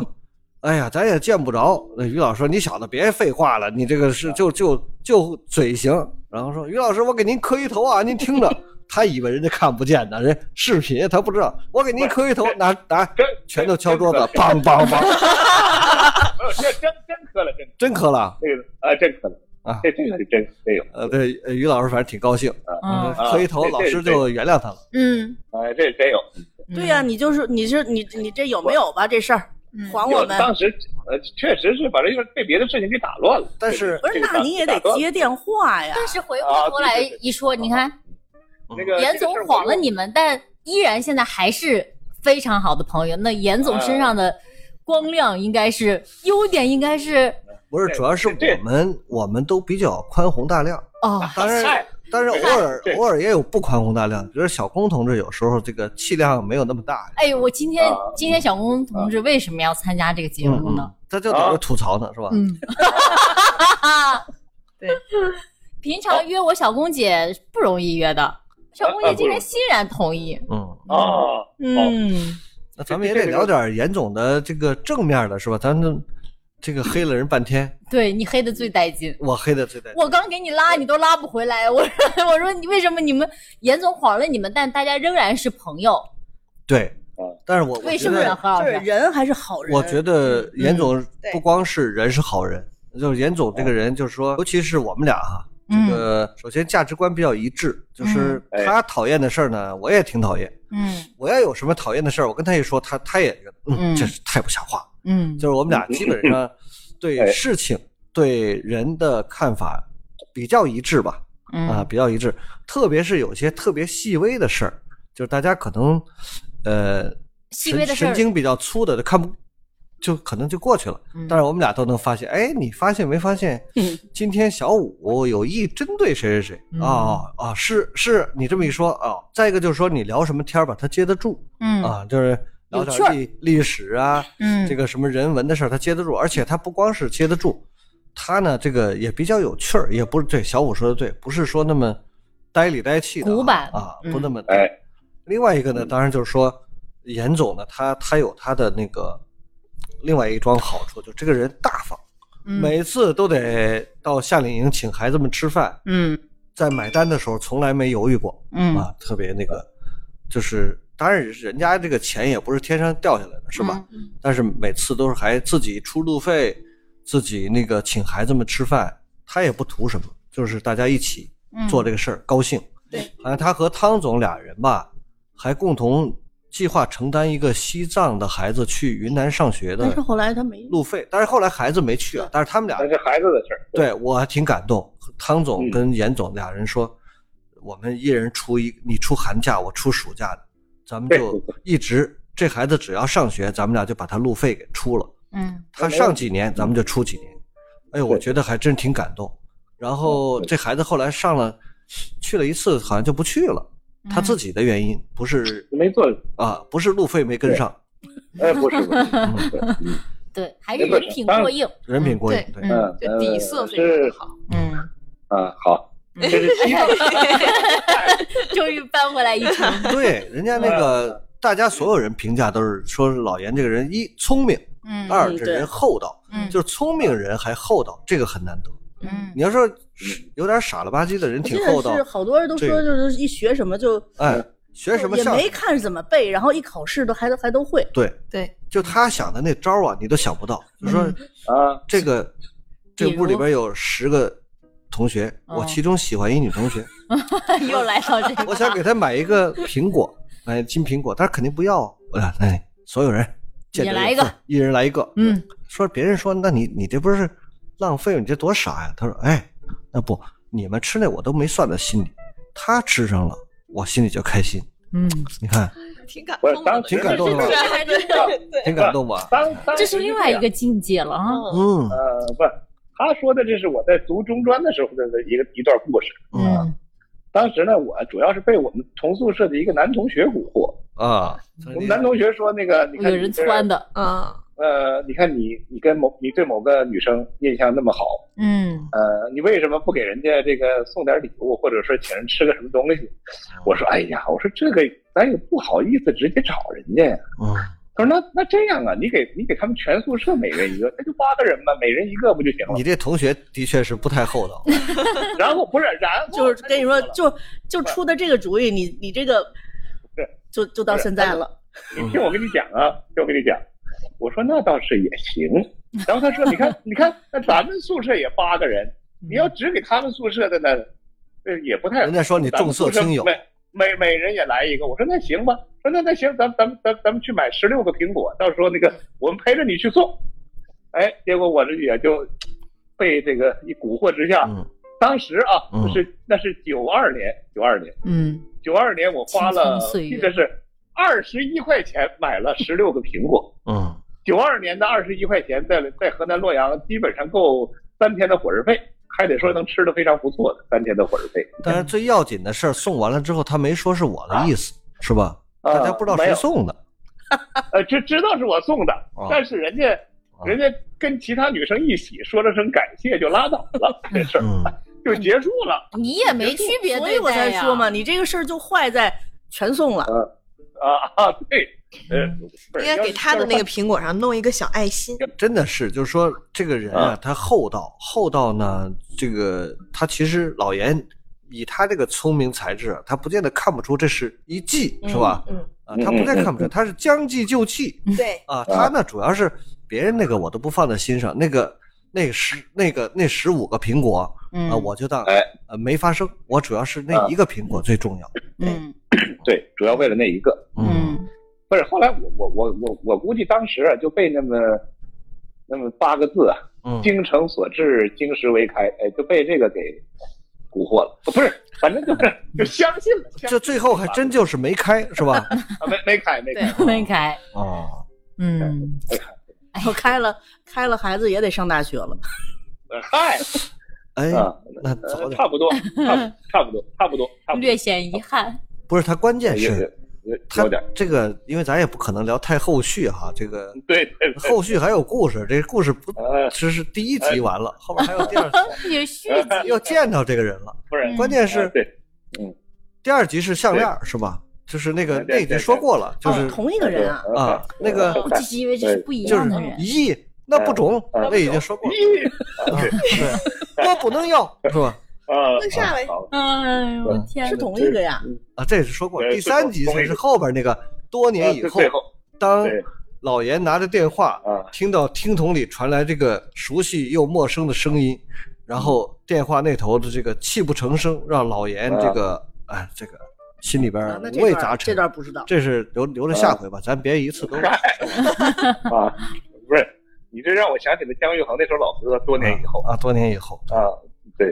Speaker 1: 哎呀，咱也见不着。那于老师说，你小子别废话了，你这个是就就就嘴型。然后说，于老师，我给您磕一头啊，您听着。他以为人家看不见呢，人家视频他不知道。我给您磕一头，拿拿
Speaker 4: 真
Speaker 1: 拳头敲桌子，
Speaker 4: 真
Speaker 1: 梆梆梆，
Speaker 4: 真真真磕了，真
Speaker 1: 真磕
Speaker 4: 磕了
Speaker 1: 了
Speaker 4: 这个啊，真磕了
Speaker 1: 啊。
Speaker 4: 这这个是真这有，
Speaker 1: 呃，对，呃于老师反正挺高兴，
Speaker 5: 嗯
Speaker 4: 啊
Speaker 1: 磕一头，
Speaker 4: 这
Speaker 1: 老师就原谅他了。
Speaker 5: 嗯，
Speaker 4: 哎，这是真有。
Speaker 1: 嗯
Speaker 3: 对呀、你就是你是你你这有没有吧这事儿
Speaker 5: 嗯
Speaker 3: 还
Speaker 4: 有
Speaker 3: 我们？
Speaker 4: 当时呃，确实是把这个被别的事情给打乱了。
Speaker 1: 但是
Speaker 3: 不是，
Speaker 4: 这个
Speaker 3: 那
Speaker 4: 打
Speaker 3: 你也
Speaker 4: 打
Speaker 3: 得
Speaker 4: 断了
Speaker 3: 接电话呀。
Speaker 5: 但是回过头来一说，你看
Speaker 4: 那个
Speaker 5: 严总晃了，你们，但依然现在还是非常好的朋友。那严总身上的光亮应该是优点，应该是
Speaker 1: 不是，主要是
Speaker 4: 对
Speaker 1: 我们我们都比较宽宏大量。
Speaker 5: 哦，
Speaker 1: 当然
Speaker 4: 嗨，
Speaker 1: 但是偶尔
Speaker 4: 对
Speaker 1: 偶尔也有不宽宏大量，比如小工同志有时候这个气量没有那么大，
Speaker 5: 哎，我今天
Speaker 4: 啊
Speaker 5: 今天小工同志为什么要参加这个节目呢？
Speaker 1: 他嗯就等着吐槽呢，是吧？
Speaker 5: 嗯，哈哈，
Speaker 6: 对，
Speaker 5: 平常约我小工姐不容易约的，小工姐今天欣然同意。
Speaker 1: 嗯，
Speaker 4: 啊，哦
Speaker 5: 嗯，
Speaker 1: 那咱们也得聊点严总的这个正面的，是吧？咱们这个黑了人半天，
Speaker 5: 对你黑的最带劲。
Speaker 1: 我黑的最带劲。
Speaker 5: 我刚给你拉，你都拉不回来。我说， 我说你为什么你们严总晃了你们，但大家仍然是朋友？
Speaker 1: 对
Speaker 4: 嗯，
Speaker 1: 但是我
Speaker 5: 为什么呢？何老
Speaker 3: 就是
Speaker 5: 师？
Speaker 3: 人还是好人，嗯
Speaker 1: 我觉得严总
Speaker 3: 对
Speaker 1: 不光是人是好人，就是严总这个人，就是说，尤其是我们俩哈，这
Speaker 5: 嗯
Speaker 1: 个首先价值观比较一致，就是
Speaker 3: 哎
Speaker 4: 嗯
Speaker 1: 他讨厌的事儿呢，我也挺讨厌。
Speaker 5: 嗯
Speaker 1: 我要有什么讨厌的事儿，我跟他一说，他他也觉得，
Speaker 5: 嗯
Speaker 1: 嗯，这是太不像话。
Speaker 5: 嗯，
Speaker 1: 就是我们俩基本上对
Speaker 4: 哎
Speaker 1: 事情、对人的看法比较一致吧，啊，
Speaker 5: 嗯
Speaker 1: 比较一致。特别是有些特别细微的事儿，就是大家可能，呃，
Speaker 5: 细微的
Speaker 1: 神
Speaker 5: 事儿
Speaker 1: 神，经比较粗的，看不就可能就过去了。
Speaker 5: 嗯
Speaker 1: 但是我们俩都能发现，哎，你发现没发现？今天小五有意针对谁谁谁
Speaker 5: 嗯
Speaker 1: 啊啊、哦是是，你这么一说啊、哦再一个就是说，你聊什么天儿吧，他接得住
Speaker 5: 嗯
Speaker 1: 啊，就是聊
Speaker 5: 有趣儿
Speaker 1: 点历历史啊，
Speaker 5: 嗯，
Speaker 1: 这个什么人文的事儿他接得住，而且他不光是接得住，他呢这个也比较有趣儿，也不是对小五说的对，不是说那么呆里呆气的啊
Speaker 5: 古板
Speaker 1: 啊，
Speaker 5: 嗯
Speaker 1: 不那么。
Speaker 4: 哎，
Speaker 1: 另外一个呢，当然就是说，严总呢，他他有他的那个另外一桩好处，就这个人大方，
Speaker 5: 嗯
Speaker 1: 每次都得到夏令营请孩子们吃饭，
Speaker 5: 嗯
Speaker 1: 在买单的时候从来没犹豫过
Speaker 5: 嗯
Speaker 1: 啊，特别那个，就是当然人家这个钱也不是天上掉下来的，是吧？？
Speaker 5: 嗯
Speaker 1: 但是每次都是还自己出路费，自己那个请孩子们吃饭，他也不图什么，就是大家一起做这个事儿、高兴。
Speaker 3: 对，
Speaker 1: 好像他和汤总俩人吧，还共同计划承担一个西藏的孩子去云南上学
Speaker 3: 但
Speaker 1: 的
Speaker 3: 是后来他没
Speaker 1: 路费，但是后来孩子没去啊，但是他们俩
Speaker 4: 那是孩子的事儿。
Speaker 1: 对我还挺感动。汤总
Speaker 4: 嗯
Speaker 1: 跟严总俩人说，我们一人出一，你出寒假，我出暑假的，咱们就一直这孩子只要上学，咱们俩就把他路费给出了。
Speaker 5: 嗯
Speaker 1: 他上几年，咱们就出几年。哎呦，我觉得还真挺感动。然后这孩子后来上了，去了一次，好像就不去了，
Speaker 5: 嗯
Speaker 1: 他自己的原因，不是
Speaker 4: 没做，
Speaker 1: 啊，不是路费没跟上，
Speaker 4: 哎，不是不是， 对嗯
Speaker 5: 对，还是人品过硬，
Speaker 1: 人品过硬。
Speaker 6: 对
Speaker 1: 对，
Speaker 5: 嗯
Speaker 4: 嗯，
Speaker 6: 就底色非常
Speaker 4: 是
Speaker 6: 的好。
Speaker 5: 嗯，
Speaker 4: 啊，好，这是西藏，
Speaker 5: 嗯终于扳回来一城。
Speaker 1: 对，人家那个大家所有人评价都是说老严这个人一聪明，
Speaker 5: 嗯
Speaker 1: 二
Speaker 3: 嗯
Speaker 1: 这
Speaker 3: 对
Speaker 1: 人厚道，
Speaker 5: 嗯
Speaker 1: 就是聪明人还厚道，这个很难得。
Speaker 5: 嗯
Speaker 1: 你要说是有点傻了吧唧的人
Speaker 3: 我记
Speaker 1: 挺
Speaker 3: 得
Speaker 1: 厚道
Speaker 3: 是，好多人都
Speaker 1: 这
Speaker 3: 说，
Speaker 1: 个
Speaker 3: 就是一学什么就
Speaker 1: 哎，学什么
Speaker 3: 也
Speaker 1: 像什
Speaker 3: 没
Speaker 1: 么。
Speaker 3: 看怎么背，然后一考试都还都还都会。
Speaker 1: 对，
Speaker 6: 对，
Speaker 1: 就他想的那招儿啊，你都想不到。就
Speaker 3: 嗯
Speaker 1: 说
Speaker 4: 啊，
Speaker 1: 这个这
Speaker 5: 比如
Speaker 1: 屋里边有十个同学，
Speaker 5: 嗯
Speaker 3: 哦
Speaker 1: 我其中喜欢一女同 学，
Speaker 5: 又来到这
Speaker 1: 我
Speaker 5: 个，
Speaker 1: 想给她买一个苹果，买金苹果，但是肯定不要啊。我俩哎，所有人见
Speaker 5: 你
Speaker 1: 着
Speaker 5: 来一
Speaker 1: 份
Speaker 5: 个
Speaker 1: 儿，一人来一个。
Speaker 5: 嗯，
Speaker 1: 说别人说，那你你这不是浪费吗？你这多傻呀？他说，哎，那不，你们吃那我都没算在心里，他吃上了，我心里就开心。
Speaker 5: 嗯，
Speaker 1: 你看，
Speaker 6: 挺感
Speaker 4: 不
Speaker 6: 动
Speaker 4: 是
Speaker 6: 的，
Speaker 4: 当时
Speaker 1: 挺感动的吧
Speaker 6: 是还真的
Speaker 1: 挺感动吧？
Speaker 4: 当当
Speaker 5: 这
Speaker 4: 时
Speaker 5: 是另外一
Speaker 4: 这
Speaker 5: 个
Speaker 4: 样，
Speaker 5: 境界了啊。
Speaker 1: 嗯
Speaker 4: 呃，不，他说的这是我在读中专的时候的一个一段故事。
Speaker 1: 嗯
Speaker 5: 嗯
Speaker 4: 当时呢，我主要是被我们同宿舍的一个男同学蛊惑。
Speaker 1: 啊，
Speaker 4: 我们男同学说，那个你看
Speaker 5: 有人
Speaker 4: 你这
Speaker 5: 窜，的，
Speaker 6: 嗯，
Speaker 4: 呃，你看你你跟某你对某个女生印象那么好，
Speaker 5: 嗯
Speaker 4: 呃，你为什么不给人家这个送点礼物，或者说请人吃个什么东西？我说，哎呀，我说这个咱也不好意思直接找人家呀。
Speaker 1: 嗯
Speaker 4: 他说那那这样啊，你给你给他们全宿舍每人一个，那就八个人嘛，每人一个不就行了
Speaker 1: 你？这同学的确是不太厚 道。
Speaker 4: 然后不是，然后
Speaker 3: 就是跟你说
Speaker 5: 哦
Speaker 4: 他，就
Speaker 3: 就就出的这个主意，你你这个
Speaker 4: 是
Speaker 3: 就就到现在了。
Speaker 4: 说了你听我跟你讲啊，听我跟你讲，我说那倒是也行。然后他说，你看，你看，那咱们宿舍也八个人，你要只给他们宿舍的呢，这也不太好。
Speaker 1: 人家说你重色轻友
Speaker 4: 咱们宿舍每每每人也来一个。我说那行吧，说那那行，咱们咱们咱们咱们去买十六个苹果，到时候那个我们陪着你去送。哎，结果我这也就被这个一蛊惑之下，
Speaker 1: 嗯
Speaker 4: 当时啊，
Speaker 1: 嗯
Speaker 4: 那是那是九二年，九二年，
Speaker 5: 嗯
Speaker 4: 九二年我花了
Speaker 5: 青葱岁月
Speaker 4: 记得是二十一块钱买了十六个苹果。
Speaker 1: 嗯
Speaker 4: 九二年的二十一块钱在，在河南洛阳基本上够三天的伙食费，还得说能吃的非常不错的三天的伙食费。
Speaker 1: 但是最要紧的事儿送完了之后，他没说是我的意思，是吧？
Speaker 4: 啊
Speaker 1: 大家不知道谁送的，
Speaker 4: 呃，知知道是我送的，
Speaker 1: 哦
Speaker 4: 但是人家、
Speaker 1: 啊
Speaker 4: 人家跟其他女生一起说了声感谢就拉倒 了，这事儿
Speaker 1: 嗯，
Speaker 4: 就结束了
Speaker 5: 你也哎没区别
Speaker 3: 所以我才说嘛，
Speaker 5: 对
Speaker 3: 你这个事儿就坏在全送了。
Speaker 4: 啊啊！对，呃，不是
Speaker 6: 应该给他的那个
Speaker 4: 要
Speaker 6: 苹果上弄一个小爱心。
Speaker 1: 真的是，就是说这个人啊，
Speaker 4: 啊
Speaker 1: 他厚道，厚道呢，这个他其实老严以他这个聪明才智啊，他不见得看不出这是一计，是吧？
Speaker 6: 嗯，
Speaker 1: 啊，他不再看不出，他是将计就计
Speaker 6: 对，
Speaker 1: 啊。他呢，主要是别人那个我都不放在心上，那个那十那个那十五个苹果
Speaker 5: 嗯
Speaker 1: 啊，我就当
Speaker 4: 哎
Speaker 1: 呃没发生。我主要是那一个苹果最重要。
Speaker 5: 嗯
Speaker 4: 对，主要为了那一个。
Speaker 5: 嗯
Speaker 4: 不是，后来我我我我我估计当时啊就被那么那么八个字啊
Speaker 1: 嗯
Speaker 4: “精诚所至，金石为开”，哎，就被这个给蛊惑了。不是，反正就是 就相信了。相信
Speaker 1: 这
Speaker 4: 了
Speaker 1: 最后还真就是没开，是吧？
Speaker 6: 嗯
Speaker 4: 啊没没开没开，
Speaker 5: 嗯，分开，
Speaker 1: 哦，
Speaker 5: 嗯
Speaker 3: 我开了开了，孩子也得上大学了。
Speaker 4: 呃嗨
Speaker 1: 哎，
Speaker 4: 啊，
Speaker 1: 那早
Speaker 4: 呃
Speaker 1: 点
Speaker 4: 差不多，差 不差不多，差不多，差不多，
Speaker 5: 略显遗憾，
Speaker 1: 不是他，关键
Speaker 4: 有
Speaker 1: 是
Speaker 4: 有有
Speaker 1: 他
Speaker 4: 有点，
Speaker 1: 这个，因为咱也不可能聊太后续哈，这个
Speaker 4: 对对 对，
Speaker 1: 后续还有故事，这故事不
Speaker 4: 呃，
Speaker 1: 只是第一集完了，后面还有第 二集，
Speaker 5: 有续
Speaker 1: 又见到这个人了。
Speaker 4: 不
Speaker 5: 嗯
Speaker 4: 是，
Speaker 3: 嗯
Speaker 1: 关键是
Speaker 4: 啊对
Speaker 1: 第二集是项链儿是吧？就是那个
Speaker 4: 啊对对
Speaker 1: 那已经说过了，就是
Speaker 3: 哦同一个人啊，
Speaker 4: 对
Speaker 1: 啊那个
Speaker 5: 呃
Speaker 4: 嗯
Speaker 5: 我就是因为这是不一
Speaker 1: 就是
Speaker 5: 样的人，
Speaker 1: 一亿那
Speaker 4: 呃
Speaker 1: 不中，那已经说过了，
Speaker 4: 咦啊 对
Speaker 1: 对，我不能要是吧？
Speaker 4: 啊，
Speaker 6: 为啥嘞
Speaker 4: 好
Speaker 5: 哎呦我天
Speaker 3: 是同一个呀。
Speaker 1: 啊，这也是说过了，
Speaker 4: 对
Speaker 1: 第三集才是后边那个多年以
Speaker 4: 啊是
Speaker 1: 后嗯
Speaker 4: 最，后
Speaker 1: 当
Speaker 4: 对
Speaker 1: 老严拿着电话
Speaker 4: 啊，
Speaker 1: 听到听筒里传来这个熟悉又陌生的声音，然后电话那头的这个泣不成声，让老严这个哎，这个心里边
Speaker 3: 啊那
Speaker 1: 五
Speaker 3: 这
Speaker 1: 味杂
Speaker 3: 段这
Speaker 1: 陈。
Speaker 3: 段不知道，
Speaker 1: 这是留留着下回吧，咱别一次 都
Speaker 4: 啊，不是，你这让我想起了姜育恒那首老歌《多年以后》
Speaker 1: 啊，多年以后，
Speaker 4: 啊，对，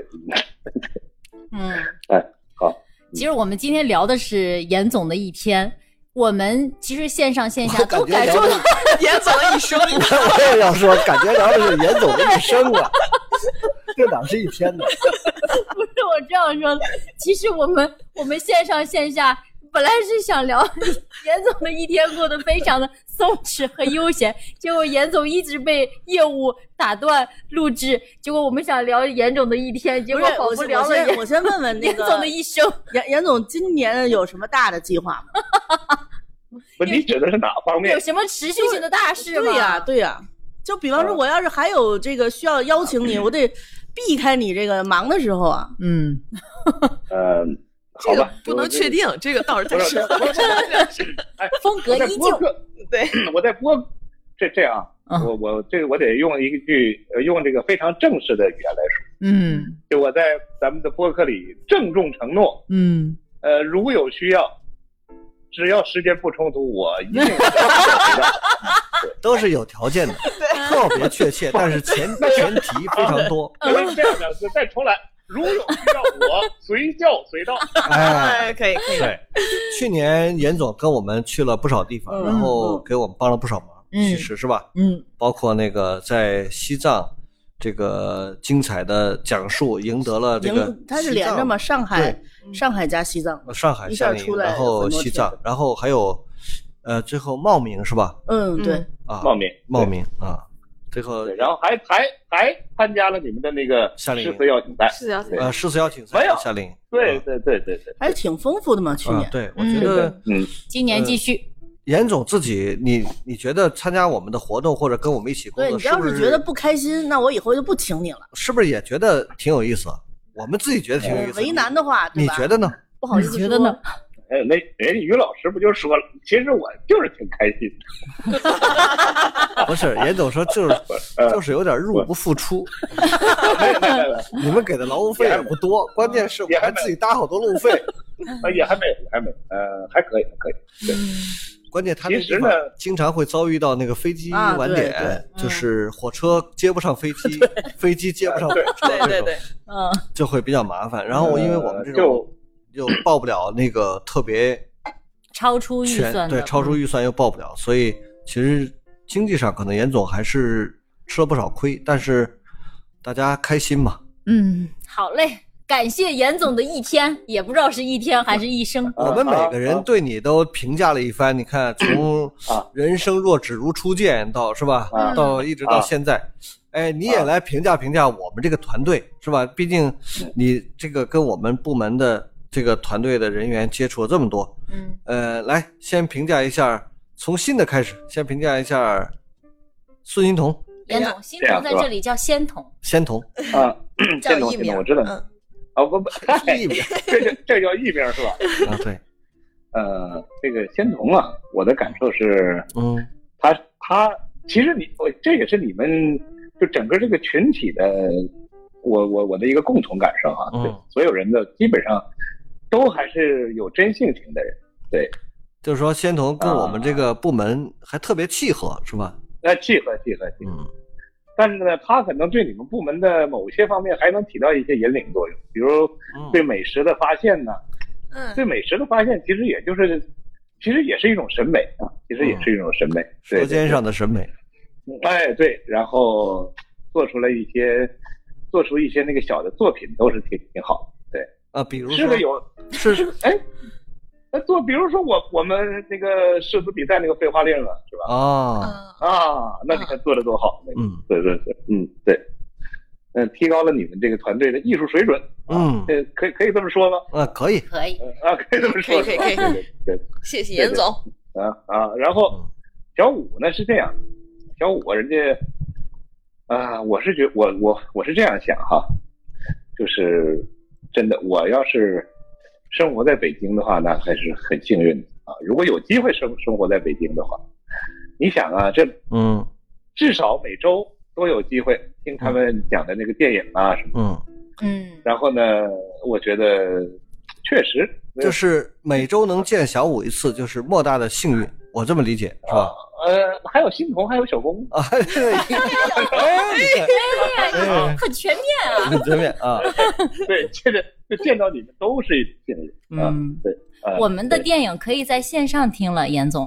Speaker 5: 嗯，
Speaker 4: 哎好。
Speaker 3: 嗯
Speaker 1: 嗯
Speaker 5: 其实我们今天聊的是严总的一天，我们其实线上线
Speaker 3: 哎
Speaker 5: 下
Speaker 1: 我感
Speaker 5: 都
Speaker 1: 觉
Speaker 5: 感受
Speaker 1: 聊
Speaker 5: 到
Speaker 1: 得，
Speaker 6: 严总的一生，
Speaker 1: 我也要说，感觉聊的是严总的一生啊， 这哪是一天的？
Speaker 5: 不是我这样说的。其实我们我们线上线下本来是想聊严总的一天过得非常的松弛和悠闲，结果严总一直被业务打断录制，结果我们想聊严总的一天，结
Speaker 3: 不
Speaker 5: 果
Speaker 3: 是，
Speaker 5: 仿
Speaker 3: 我
Speaker 5: 佛
Speaker 3: 先
Speaker 5: 聊
Speaker 3: 我
Speaker 5: 了
Speaker 3: 先
Speaker 5: 严
Speaker 3: 我先问问那
Speaker 5: 严
Speaker 3: 个
Speaker 5: 总的一生。
Speaker 3: 严严总，今年有什么大的计划吗？
Speaker 4: 不，你指的是哪方面
Speaker 5: 有？什么持续性的大事吗？哦
Speaker 3: 对呀、对呀、就比方说，我要是还有这个需要邀请 你，我得避开你这个忙的时候啊。
Speaker 2: 嗯，
Speaker 4: 嗯，
Speaker 6: 这
Speaker 4: 好
Speaker 6: 个
Speaker 4: 吧，
Speaker 6: 不能确定，这个到时候
Speaker 4: 不
Speaker 6: 再
Speaker 4: 是
Speaker 6: 说。
Speaker 4: 不是
Speaker 5: 风格
Speaker 4: 哎我在
Speaker 5: 依
Speaker 4: 播
Speaker 5: 旧。
Speaker 4: 客，
Speaker 6: 对，
Speaker 4: 我在播，这这样，
Speaker 2: 嗯
Speaker 4: 我我这我得用一句呃用这个非常正式的语言来说，
Speaker 2: 嗯
Speaker 4: 就我在咱们的播客里郑重承诺，
Speaker 2: 嗯，
Speaker 4: 呃，如有需要，只要时间不冲突，我一定会回答。
Speaker 1: 都是有条件的，特别确切，但是前前提非常多。
Speaker 4: 我 是这样的，再重来，如有需要，我随叫随到。
Speaker 1: 哎，
Speaker 6: 哎，可以可以，
Speaker 1: 对，去年严总跟我们去了不少地方，
Speaker 3: 嗯
Speaker 1: 然后给我们帮了不少忙，
Speaker 2: 嗯
Speaker 1: 其实是吧？
Speaker 2: 嗯，
Speaker 1: 包括那个在西藏这个精彩的讲述，赢得了啊这个
Speaker 3: 赢，它是连着嘛，上海、
Speaker 5: 嗯
Speaker 3: 上海加西藏。
Speaker 1: 西藏？上海
Speaker 3: 一下
Speaker 1: 夏令营，
Speaker 3: 出来
Speaker 1: 然后
Speaker 3: 很多
Speaker 1: 西
Speaker 3: 天
Speaker 1: 藏，然后还有呃，最后茂名是吧？
Speaker 3: 嗯，对，
Speaker 1: 啊，
Speaker 4: 茂名，
Speaker 1: 茂名啊，最后
Speaker 4: 对，然后还还还参加了你们的那个
Speaker 1: 夏令营
Speaker 4: 诗词邀请赛。
Speaker 6: 是啊，
Speaker 1: 呃，誓死邀请
Speaker 4: 没
Speaker 1: 赛
Speaker 4: 有
Speaker 1: 夏令营，
Speaker 4: 对
Speaker 1: 啊
Speaker 4: 对对对对，
Speaker 3: 还是挺丰富的嘛。去
Speaker 1: 啊
Speaker 3: 年，
Speaker 1: 对，我觉
Speaker 5: 嗯
Speaker 1: 得。
Speaker 4: 嗯，
Speaker 5: 今年继续，
Speaker 1: 严总自己，你你觉得参加我们的活动或者跟我们一起工
Speaker 3: 对
Speaker 1: 作，
Speaker 3: 你
Speaker 1: 是
Speaker 3: 要
Speaker 1: 不
Speaker 3: 是觉得不开心，那我以后就不请你了。
Speaker 1: 是不是也觉得挺有意思？啊我们自己觉得挺有意思。
Speaker 3: 呃为难的话，
Speaker 1: 你
Speaker 3: 对吧？
Speaker 1: 觉得呢？
Speaker 3: 不好意思
Speaker 5: 你觉得呢
Speaker 3: 说？
Speaker 4: 哎，那人家于老师不就说了，其实我就是挺开心的。
Speaker 1: 不是，严总说就是
Speaker 4: 呃
Speaker 1: 就是有点入不敷出，
Speaker 4: 没没没
Speaker 1: 你们给的劳务费也不多，关键是我还自己搭好多路费。
Speaker 4: 没，哎也还没有，还没有，呃，还可以，还可以。
Speaker 1: 关键他那
Speaker 4: 其
Speaker 1: 地
Speaker 4: 实
Speaker 1: 方
Speaker 4: 呢
Speaker 1: 经常会遭遇到那个飞机
Speaker 3: 啊
Speaker 1: 晚
Speaker 3: 对
Speaker 1: 点，就是火车接不上飞 机，飞机接不上火车，
Speaker 6: 对对对，
Speaker 5: 嗯，
Speaker 1: 就会比较麻烦。然后因为我们这种又报不了那个特别
Speaker 5: 超出预
Speaker 1: 全
Speaker 5: 算的，嗯
Speaker 1: 对超出预算又报不了，所以其实经济上可能严总还是吃了不少亏，但是大家开心嘛。
Speaker 5: 嗯，好嘞，感谢严总的一天，也不知道是一天还是一生。
Speaker 4: 啊
Speaker 1: 我们每个
Speaker 4: 啊
Speaker 1: 人
Speaker 4: 啊
Speaker 1: 对你都评价了一番，你看从
Speaker 4: 啊
Speaker 1: 人生若只如初见到是吧
Speaker 4: 啊，
Speaker 1: 到一直到
Speaker 4: 啊
Speaker 1: 现在，哎，你也来评价评价我们这个团队是吧？毕竟
Speaker 4: 嗯
Speaker 1: 你这个跟我们部门的这个团队的人员接触了这么多，
Speaker 5: 嗯，
Speaker 1: 呃，来先评价一下，从新的开始，先评价一下孙欣彤。
Speaker 5: 严总，新
Speaker 4: 这
Speaker 5: 童
Speaker 4: 样
Speaker 5: 在
Speaker 4: 是吧
Speaker 5: 这里叫仙童，
Speaker 1: 仙童，
Speaker 4: 啊，
Speaker 6: 叫
Speaker 4: 这种
Speaker 6: 艺
Speaker 4: 这
Speaker 6: 名
Speaker 4: 种我知道。
Speaker 6: 嗯
Speaker 4: 啊不 不，嗨
Speaker 1: 艺名
Speaker 4: 这叫这叫艺名是吧？
Speaker 1: 啊，对，
Speaker 4: 呃，这个仙童啊，我的感受是，
Speaker 1: 嗯，
Speaker 4: 他他其实你我这也是你们就整个这个群体的，我我我的一个共同感受啊，
Speaker 1: 嗯
Speaker 4: 对，所有人的基本上都还是有真性情的人，对，
Speaker 1: 就是说仙童
Speaker 4: 啊
Speaker 1: 跟我们这个部门还特别契合，是吧？
Speaker 4: 那契合契合契合。
Speaker 1: 嗯，
Speaker 4: 但是呢，他可能对你们部门的某些方面还能起到一些引领作用，比如对美食的发现呢，对
Speaker 6: 嗯，
Speaker 4: 美食的发现其实也就是，其实也是一种审美啊，其实
Speaker 1: 嗯
Speaker 4: 也是一种审美，对
Speaker 1: 舌尖上的审美，
Speaker 4: 哎，对，然后做出了一些，做出一些那个小的作品，都是挺挺好。对，
Speaker 1: 啊，比如
Speaker 4: 是
Speaker 1: 说
Speaker 4: 个有，
Speaker 1: 是
Speaker 4: 哎，那做，比如说我我们那个诗词比赛那个废话令啊，是吧？
Speaker 1: 啊，
Speaker 6: 啊
Speaker 4: 啊，那你看做的多好，那个，
Speaker 1: 嗯
Speaker 4: 对对对，嗯对，嗯，提高了你们这个团队的艺术水准，
Speaker 1: 嗯，
Speaker 4: 呃，可以可以这么说吗？
Speaker 1: 啊，可以，
Speaker 5: 可以，
Speaker 4: 呃啊，可以这么说，
Speaker 6: 嗯可以可
Speaker 4: 是
Speaker 6: 以
Speaker 4: 吧
Speaker 6: 可以
Speaker 4: 对对对
Speaker 6: 谢谢严总，
Speaker 4: 啊啊，然后
Speaker 1: 嗯
Speaker 4: 小五呢是这样，小五人家啊，我是觉我我我是这样想哈，就是真的，我要是生活在北京的话，那还是很幸运的啊。如果有机会生生活在北京的话，你想啊，这
Speaker 1: 嗯
Speaker 4: 至少每周都有机会听他们讲的那个电影啊什么。
Speaker 1: 嗯，
Speaker 5: 嗯，
Speaker 4: 然后呢，我觉得确实
Speaker 1: 就是每周能见小五一次，就是莫大的幸运，我这么理解是吧？
Speaker 4: 呃，还有欣桐，还有小公，
Speaker 1: 啊， 哎，
Speaker 5: 哎呀，很全面啊，
Speaker 1: 很全面啊，
Speaker 4: 对，这个就见到你们都是一种信任啊。
Speaker 5: 嗯
Speaker 4: 对，啊
Speaker 5: 我们的
Speaker 4: 对
Speaker 5: 电影可以在线上听了，严总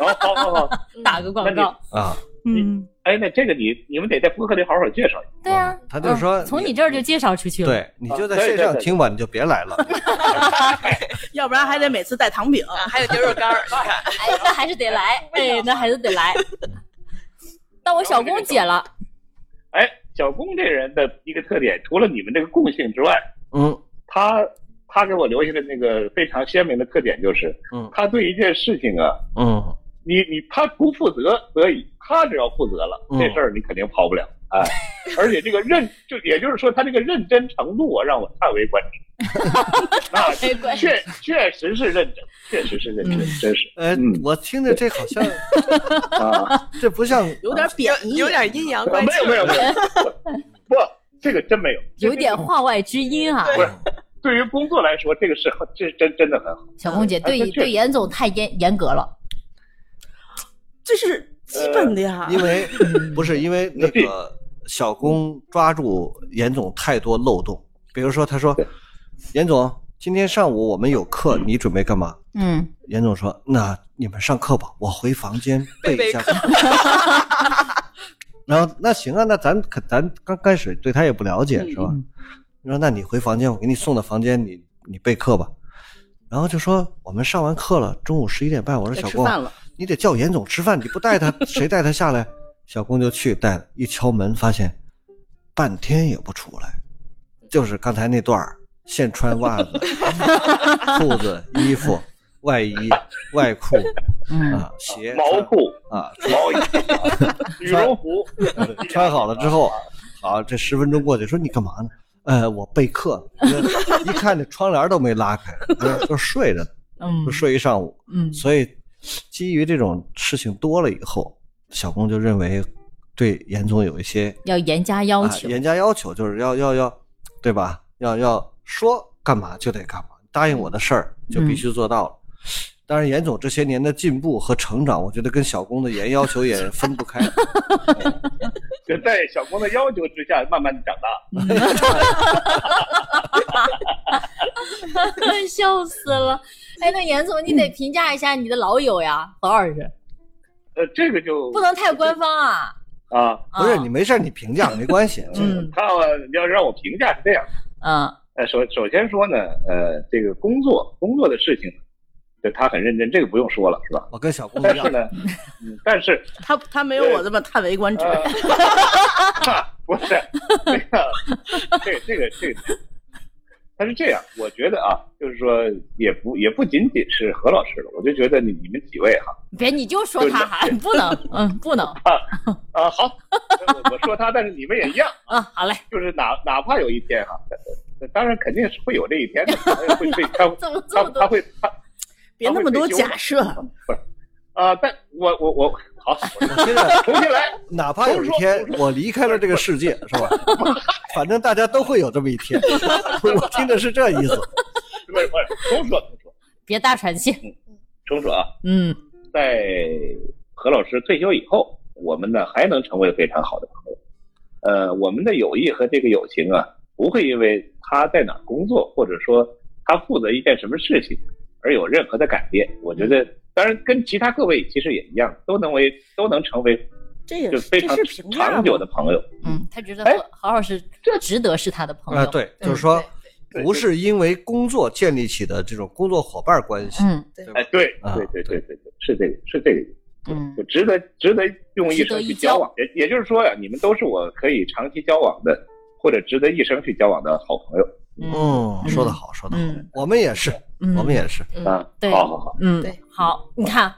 Speaker 4: 好好好好，
Speaker 5: 打个广告。
Speaker 1: 啊，
Speaker 5: 嗯，
Speaker 4: 哦哎，那这个你你们得在播客里好好介绍一下。
Speaker 5: 对啊，
Speaker 1: 他就是说
Speaker 5: 嗯从你这儿就介绍出去了。，
Speaker 1: 对你就在
Speaker 4: 啊对
Speaker 1: 线
Speaker 4: 对
Speaker 1: 上
Speaker 4: 对
Speaker 1: 听吧，你就别来了。
Speaker 3: 要不然还得每次带糖饼。
Speaker 6: 啊，还有牛肉干儿，
Speaker 5: 哎，那还是得来，哎，那还是得来。到我小公姐了，
Speaker 4: 哎，小龚这人的一个特点，除了你们这个共性之外，
Speaker 1: 嗯
Speaker 4: 他他给我留下的那个非常鲜明的特点就是，
Speaker 1: 嗯
Speaker 4: 他对一件事情啊，
Speaker 1: 嗯，
Speaker 4: 你你他不负责则已，他只要负责了，
Speaker 1: 嗯
Speaker 4: 这事儿你肯定跑不了。哎，而且这个认就也就是说，他这个认真程度啊，让我叹为观止。那
Speaker 5: 没关系
Speaker 4: 确确实是认真，确实是认真，真是
Speaker 1: 呃
Speaker 4: 嗯，
Speaker 1: 我听着这好像
Speaker 4: 啊，
Speaker 1: 这不像
Speaker 3: 有点贬义，
Speaker 6: 有点阴阳怪气
Speaker 4: 没有
Speaker 6: 儿。
Speaker 4: 没有没有，不，这个真没有，
Speaker 5: 有点话外之音啊。
Speaker 4: 不是。对于工作来说，这个是很，这是真真的很好。
Speaker 5: 小公姐对
Speaker 4: 哎这
Speaker 5: 对严总太严严格了，
Speaker 3: 这是基本的呀。
Speaker 1: 因为
Speaker 3: 嗯
Speaker 1: 不是因为那个小工抓住严总太多漏洞，比如说他说
Speaker 4: 对，
Speaker 1: 严总今天上午我们有课，你准备干嘛？
Speaker 5: 嗯，
Speaker 1: 严总说：“那你们上课吧，我回房 间背一下。
Speaker 6: 背
Speaker 1: 然后那行啊，那咱可咱刚开始对他也不了解
Speaker 3: 嗯
Speaker 1: 是吧？然后那你回房间，我给你送到房间，你你备课吧。然后就说我们上完课了，中午十一点半，我说
Speaker 3: 该
Speaker 1: 小
Speaker 3: 吃
Speaker 1: 龚
Speaker 3: 饭了，
Speaker 1: 你得叫严总吃饭，你不带他谁带他下来？小龚就去带了，一敲门发现半天也不出来，就是刚才那段儿，现穿袜子、裤子、衣服、外衣、外裤
Speaker 5: 嗯
Speaker 1: 啊、鞋、
Speaker 4: 毛 裤、
Speaker 1: 啊，
Speaker 4: 毛衣、羽绒服，
Speaker 1: 穿好了之后，好，这十分钟过去，说你干嘛呢？呃，我备课， 一看这窗帘都没拉开，呃就睡着呢，
Speaker 5: 嗯
Speaker 1: 就睡一上午。
Speaker 5: 嗯
Speaker 1: 所以，基于这种事情多了以后，小龚就认为对严总有一些
Speaker 5: 要严加要求
Speaker 1: 啊、。严加要求，就是要要要，对吧？要要说干嘛就得干嘛，答应我的事儿就必须做到了。当然，严总这些年的进步和成长，我觉得跟小龚的严要求也分不 开。
Speaker 4: 就在小光的要求之下慢慢地长大。
Speaker 5: 笑死了！哎，那严总，你得评价一下你的老友呀，何老师，
Speaker 4: 呃，这个就
Speaker 5: 不能太官方啊。
Speaker 4: 啊，
Speaker 5: 啊
Speaker 1: 不是你没事儿，你评价没关系。这个
Speaker 5: 嗯
Speaker 4: 他要你要让我评价是这样，
Speaker 5: 嗯
Speaker 4: 呃，首首先说呢，呃，这个工作工作的事情，对他很认真，这个不用说了，是吧？
Speaker 1: 我跟小龚
Speaker 4: 但
Speaker 1: 一样
Speaker 4: 是，呢，嗯但是
Speaker 3: 他他没有我这么叹为观止。
Speaker 4: 呃，不是这个这个这个这个，他是这样，我觉得啊，就是说也不也不仅仅是何老师了，我就觉得你你们几位哈，
Speaker 5: 别，你就说他哈，不能，嗯，不能
Speaker 4: 啊好，我我说他，但是你们也一样，
Speaker 5: 啊。好嘞，
Speaker 4: 就是哪哪怕有一天哈、呃当然肯定是会有这一天的，会会他
Speaker 5: 怎么这
Speaker 4: 他
Speaker 5: 么
Speaker 4: 他
Speaker 5: 多？
Speaker 4: 会他
Speaker 3: 别那么多假设，
Speaker 4: 不是啊、但我我我好，
Speaker 1: 我
Speaker 4: 我
Speaker 1: 现在
Speaker 4: 重新来，
Speaker 1: 哪怕有一天我离开了这个世界，是吧？反正大家都会有这么一天。 我听的是这意思。
Speaker 4: 不是不是，重说重说
Speaker 5: 别大喘气。
Speaker 4: 重说啊，
Speaker 5: 嗯
Speaker 4: 在何老师退休以后，我们呢还能成为非常好的朋友，呃，我们的友谊和这个友情啊，不会因为他在哪儿工作，或者说他负责一件什么事情而有任何的改变。我觉得，当然跟其他各位其实也一样，都能为都能成为
Speaker 3: 这也
Speaker 4: 就是非
Speaker 3: 这
Speaker 4: 常
Speaker 3: 是评价吗
Speaker 4: 长久的朋友。
Speaker 5: 嗯，他觉得
Speaker 4: 哎
Speaker 5: 何何老师值得是他的朋
Speaker 1: 啊、
Speaker 5: 友。，
Speaker 1: 对，
Speaker 6: 嗯
Speaker 1: 就是说
Speaker 4: 对对
Speaker 1: 不是因为工作建立起的这种工作伙伴关系。
Speaker 5: 嗯
Speaker 1: 对吧
Speaker 4: 哎，对
Speaker 1: 啊
Speaker 4: 对对对对对，是这个是这个意思。
Speaker 5: 嗯
Speaker 4: 就值得值得用一
Speaker 5: 值得
Speaker 4: 生
Speaker 5: 一
Speaker 4: 去
Speaker 5: 交
Speaker 4: 交往。也也就是说呀、你们都是我可以长期交往的，或者值得一生去交往的好朋友
Speaker 1: 嗯，说得好，说得好，
Speaker 5: 嗯
Speaker 1: 我们也是，
Speaker 5: 嗯，
Speaker 1: 我们也是，
Speaker 6: 嗯，
Speaker 4: 啊。
Speaker 5: 对
Speaker 4: 好好好，
Speaker 5: 嗯
Speaker 6: 对，
Speaker 5: 好，你看，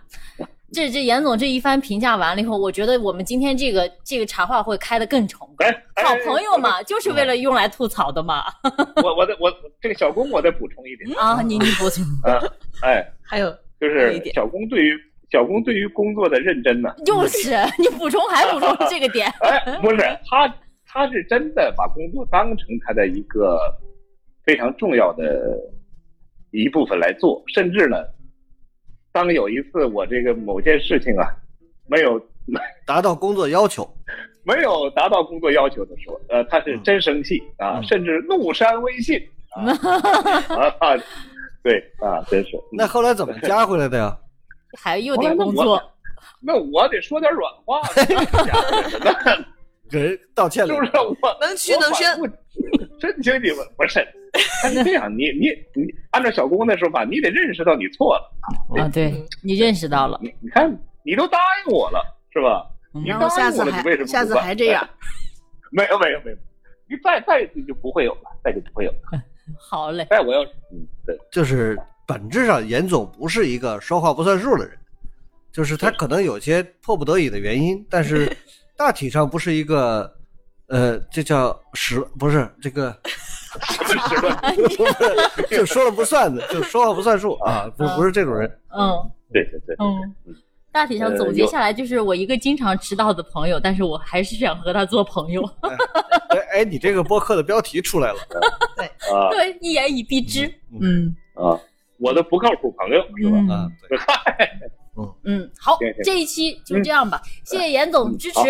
Speaker 5: 这这严总这一番评价完了以后，我觉得我们今天这个这个茶话会开得更成功。
Speaker 4: 哎，哎
Speaker 5: 找朋友，嘛，就是为了用来吐槽的嘛。
Speaker 4: 哎我我再我我这个小工我再补充一点，
Speaker 5: 啊，你你不错，
Speaker 4: 哎，
Speaker 6: 还有
Speaker 4: 就
Speaker 6: 还有
Speaker 4: 是
Speaker 6: 一点
Speaker 4: 小工对于小工对于工作的认真呢，
Speaker 5: 就是你补充还补充这个点。
Speaker 4: 哎， 不是他他是真的把工作当成他的一个非常重要的一部分来做，甚至呢，当有一次我这个某件事情啊没有
Speaker 1: 达到工作要求。
Speaker 3: 嗯
Speaker 4: 没有达到工作要求的时候，呃，他是真生气啊，
Speaker 1: 嗯
Speaker 4: 甚至怒删微信， 啊，对啊，真是。
Speaker 1: 那后来怎么加回来的呀？
Speaker 5: 还又
Speaker 4: 哦
Speaker 5: 得工作，
Speaker 4: 那我得说点软话。 那
Speaker 1: 给人道歉了，
Speaker 4: 就是我
Speaker 6: 能屈能伸，
Speaker 4: 真经你们不 是？他是这样，你你你，按照小姑那说法，你得认识到你错了。
Speaker 5: 啊！对你认识到了，嗯
Speaker 4: 嗯你你看，你都答应我了，是吧？你
Speaker 3: 然
Speaker 4: 答
Speaker 3: 后下
Speaker 4: 应
Speaker 3: 次
Speaker 4: 我了，你为什
Speaker 3: 还
Speaker 4: 么
Speaker 3: 下
Speaker 4: 不
Speaker 3: 次
Speaker 4: 办
Speaker 3: 还这样？，
Speaker 4: 没有没有没有，你再再你就不会有了，再就不会有了。
Speaker 5: 好嘞，
Speaker 4: 再我要嗯，对，
Speaker 1: 就是本质上严总不是一个说话不算数的人，就是他可能有些迫不得已的原因，但是大体上不是一个，呃，这叫实不是这个，不是就说了不算的，就说话不算数啊，不不是这种人。
Speaker 5: 嗯
Speaker 4: 对对对，
Speaker 5: 嗯。大体
Speaker 4: 呃
Speaker 5: 上总结下来就是我一个经常迟到的朋友，但是我还是想和他做朋 友，
Speaker 1: 哎哎，你这个播客的标题出来了，
Speaker 4: 啊
Speaker 5: 对，一言以蔽之。
Speaker 6: 嗯，
Speaker 4: 啊，我的不靠谱朋友是吧？
Speaker 1: 啊
Speaker 5: 嗯，
Speaker 1: 对
Speaker 5: 嗯，好
Speaker 4: 对对，
Speaker 5: 这一期就这样吧，谢谢严总支持
Speaker 4: 好。